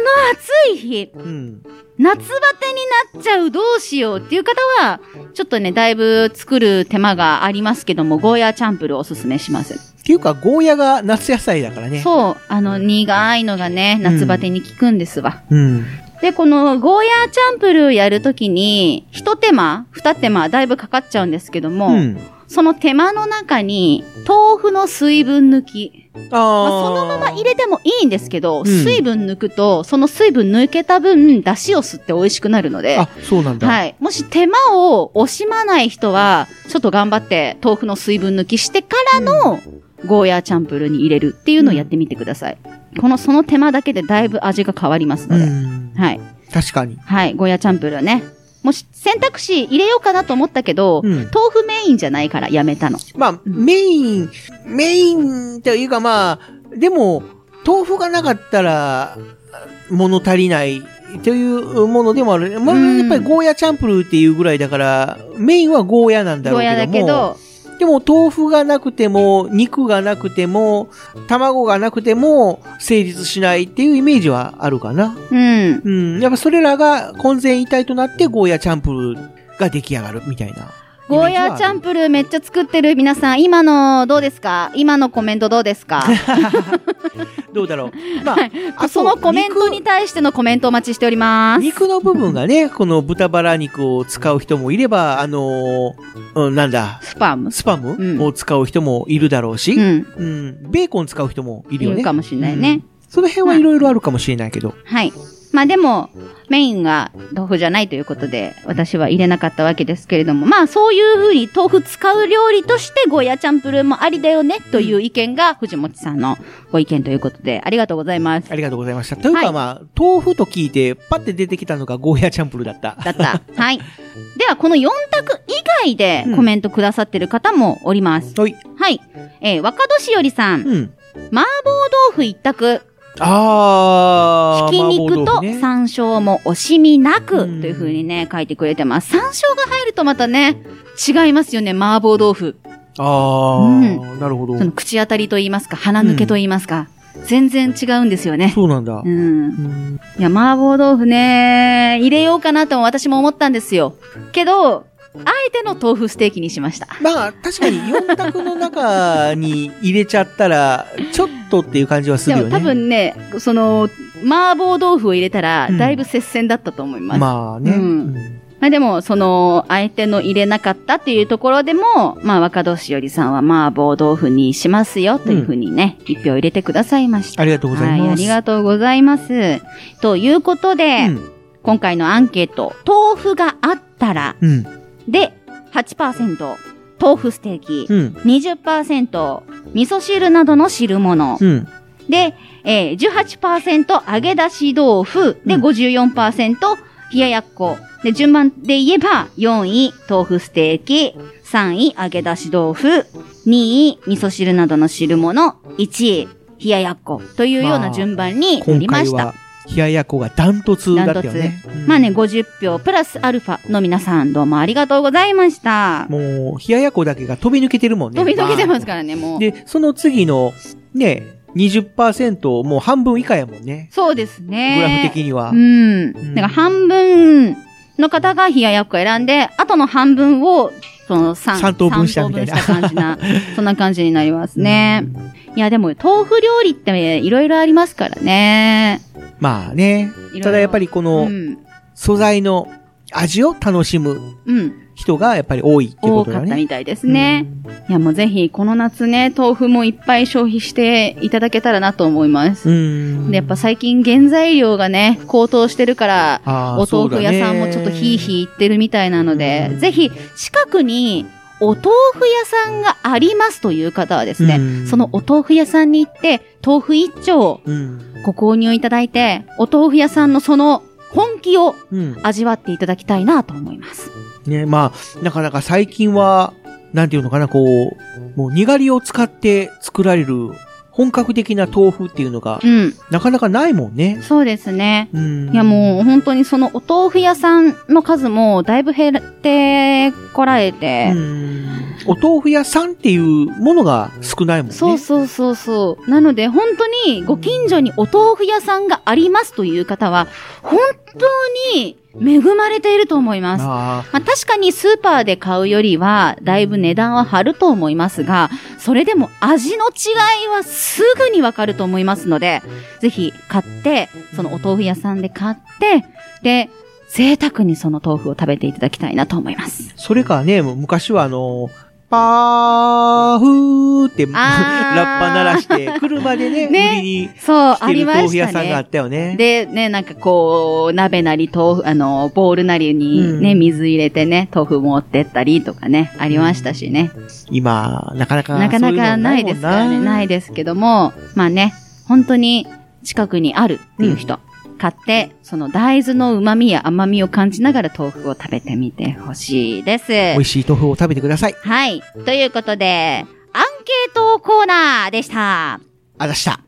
暑い日、うん。夏バテになっちゃうどうしようっていう方は、ちょっとね、だいぶ作る手間がありますけども、ゴーヤーチャンプルーおすすめします。っていうか、ゴーヤが夏野菜だからね。そう、あの、苦いのがね、夏バテに効くんですわ。う。うん。で、このゴーヤーチャンプルーやるときに、一手間、二手間、だいぶかかっちゃうんですけども、うん。その手間の中に、豆腐の水分抜き。あ、ままあ、そのまま入れてもいいんですけど、ん水分抜くと、その水分抜けた分、出汁を吸って美味しくなるので。あ、そうなんだ。はい。もし手間を惜しまない人は、ちょっと頑張って豆腐の水分抜きしてからのゴーヤーチャンプルーに入れるっていうのをやってみてください。この、その手間だけでだいぶ味が変わりますのうで。ん。はい。確かに。はい。ゴーヤーチャンプルーね。もし選択肢入れようかなと思ったけど、うん。豆腐メインじゃないからやめたの。まあ、メイン、メインというかまあ、でも、豆腐がなかったら、物足りないというものでもある。まあ、うんやっぱりゴーヤチャンプルーっていうぐらいだから、メインはゴーヤなんだろゴうーけどヤも。だけど、でも豆腐がなくても、肉がなくても、卵がなくても成立しないっていうイメージはあるかな。うん。うん。やっぱそれらが混然一体となってゴーヤチャンプルーが出来上がるみたいな。ゴーヤーチャンプルーめっちゃ作ってる皆さん、今のどうですか今のコメントどうです [laughs] か [laughs] どうだろう。まあ、あとそのコメントに対してのコメントお待ちしております。肉の部分がね、この豚バラ肉を使う人もいれば、あのーうん、なんだ、スパム。スパうんムを使う人もいるだろうし、ううんん。ベーコン使う人もいるよいねる。かもしれないね。その辺はいろいろあるかもしれないけど。はい。まあでも、メインが豆腐じゃないということで、私は入れなかったわけですけれども、まあそういうふうに豆腐使う料理としてゴーヤーチャンプルーもありだよねという意見が藤本さんのご意見ということで、ありがとうございます。ありがとうございました。というか、はいまあ、豆腐と聞いて、パッて出てきたのがゴーヤチャンプルーだった。だ [laughs] った。はい。では、この4択以外でコメントくださってる方もおります。はい。はい。えー、若年よりさん、麻うん。婆豆腐一択、あー。ひき肉麻と婆豆腐ね山椒も惜しみなくうんという風にね、書いてくれてます。山椒が入るとまたね、違いますよね、麻婆豆腐。あー、なるほどそ。の口当たりと言いますか、鼻抜けと言いますか、全然違うんですよね。そうなんだう。ん。うんいや、麻婆豆腐ね、入れようかなとも私も思ったんですよ。けど、あえての豆腐ステーキにしました。まあ、確かに4択の中に入れちゃったら、ちょっとっていう感じはすでるよもね。多分ね、その、麻婆豆腐を入れたら、うんだいぶ接戦だったと思います。まあね。うんまあでも、その、相手の入れなかったっていうところでも、まあ若年寄りさんは麻婆豆腐にしますよというふうにね、一票入れてくださいました。ありがとうございます。はい、ありがとうございます。ということで、今回のアンケート、豆腐があったら、うん。うん。で、8%、豆腐ステーキ、うん。 20%、味噌汁などの汁物、うん。で、えー、18%揚げ出し豆腐。で、うん54%冷ややっこ。で、順番で言えば、4位、豆腐ステーキ。3位、揚げ出し豆腐。2位、味噌汁などの汁物。1位、冷ややっこ。というような順番にな今りま回した。は、冷ややっこがダントツだったよね。うんまあね、50票プラスアルファの皆さんどうもありがとうございました。もう、冷ややっこだけが飛び抜けてるもんね。飛び抜けてますら。からね、もう。で、その次の、ね、20%もう半分以下やもんね。そうですグね。ラフ的にはう。ん。んだから半分の方が冷ややっこ選んで、あとの半分を、その三三等分したみたいな三等分した感 [laughs] じな、そんな感じになりますね。いや、でも、豆腐料理っていろいろありますからね。まあね。いろいろただやっぱりこうのん。素材の味を楽しむうん。人がやっぱり多いってこ多とかだったね。みたいですね。いや、もうぜひ、この夏ね、豆腐もいっぱい消費していただけたらなと思います。うん。で、やっぱ最近原材料がね、高騰してるから、あー、お豆腐屋さんもちょっとヒーヒー言ってるみたいなので、ぜひ近くにお豆腐屋さんがありますという方はですね、うんそのお豆腐屋さんに行って、豆腐一丁をー。うん。ご購入いただいて、お豆腐屋さんのその本気をうん。味わっていただきたいなと思います。ね、まあ、なかなか最近は、なんていうのかな、こう、もうにがりを使って作られる本格的な豆腐っていうのがう、ん、なかなかないもんね。そうですね。うん。いやもう本当にそのお豆腐屋さんの数もだいぶ減ってこられて、うん。お豆腐屋さんっていうものが少ないもんね。そうそうそうそう。なので、本当にご近所にお豆腐屋さんがありますという方は、本当に恵まれていると思います。あまあ、確かにスーパーで買うよりは、だいぶ値段は張ると思いますが、それでも味の違いはすぐにわかると思いますので、ぜひ買って、そのお豆腐屋さんで買って、で、贅沢にその豆腐を食べていただきたいなと思います。それかね、もう昔はあの、パーフーって、 [laughs] ラッあーパ鳴らして、車でね、ね売りにそう、来あてりるましたね。豆腐屋さんがあったよね。で、ね、なんかこう、鍋なり、豆腐、あの、ボールなりにね、うん水入れてね、豆腐持ってったりとかね、ありましたしね。今、なかなか、なかなかないですからね、ないでですけども、まあね、本当に近くにあるっていう人、買って、その大豆の旨味や甘みを感じながら豆腐を食べてみてほしいです。美味しい豆腐を食べてください。はい。ということで、アンケートコーナーでした。あざした。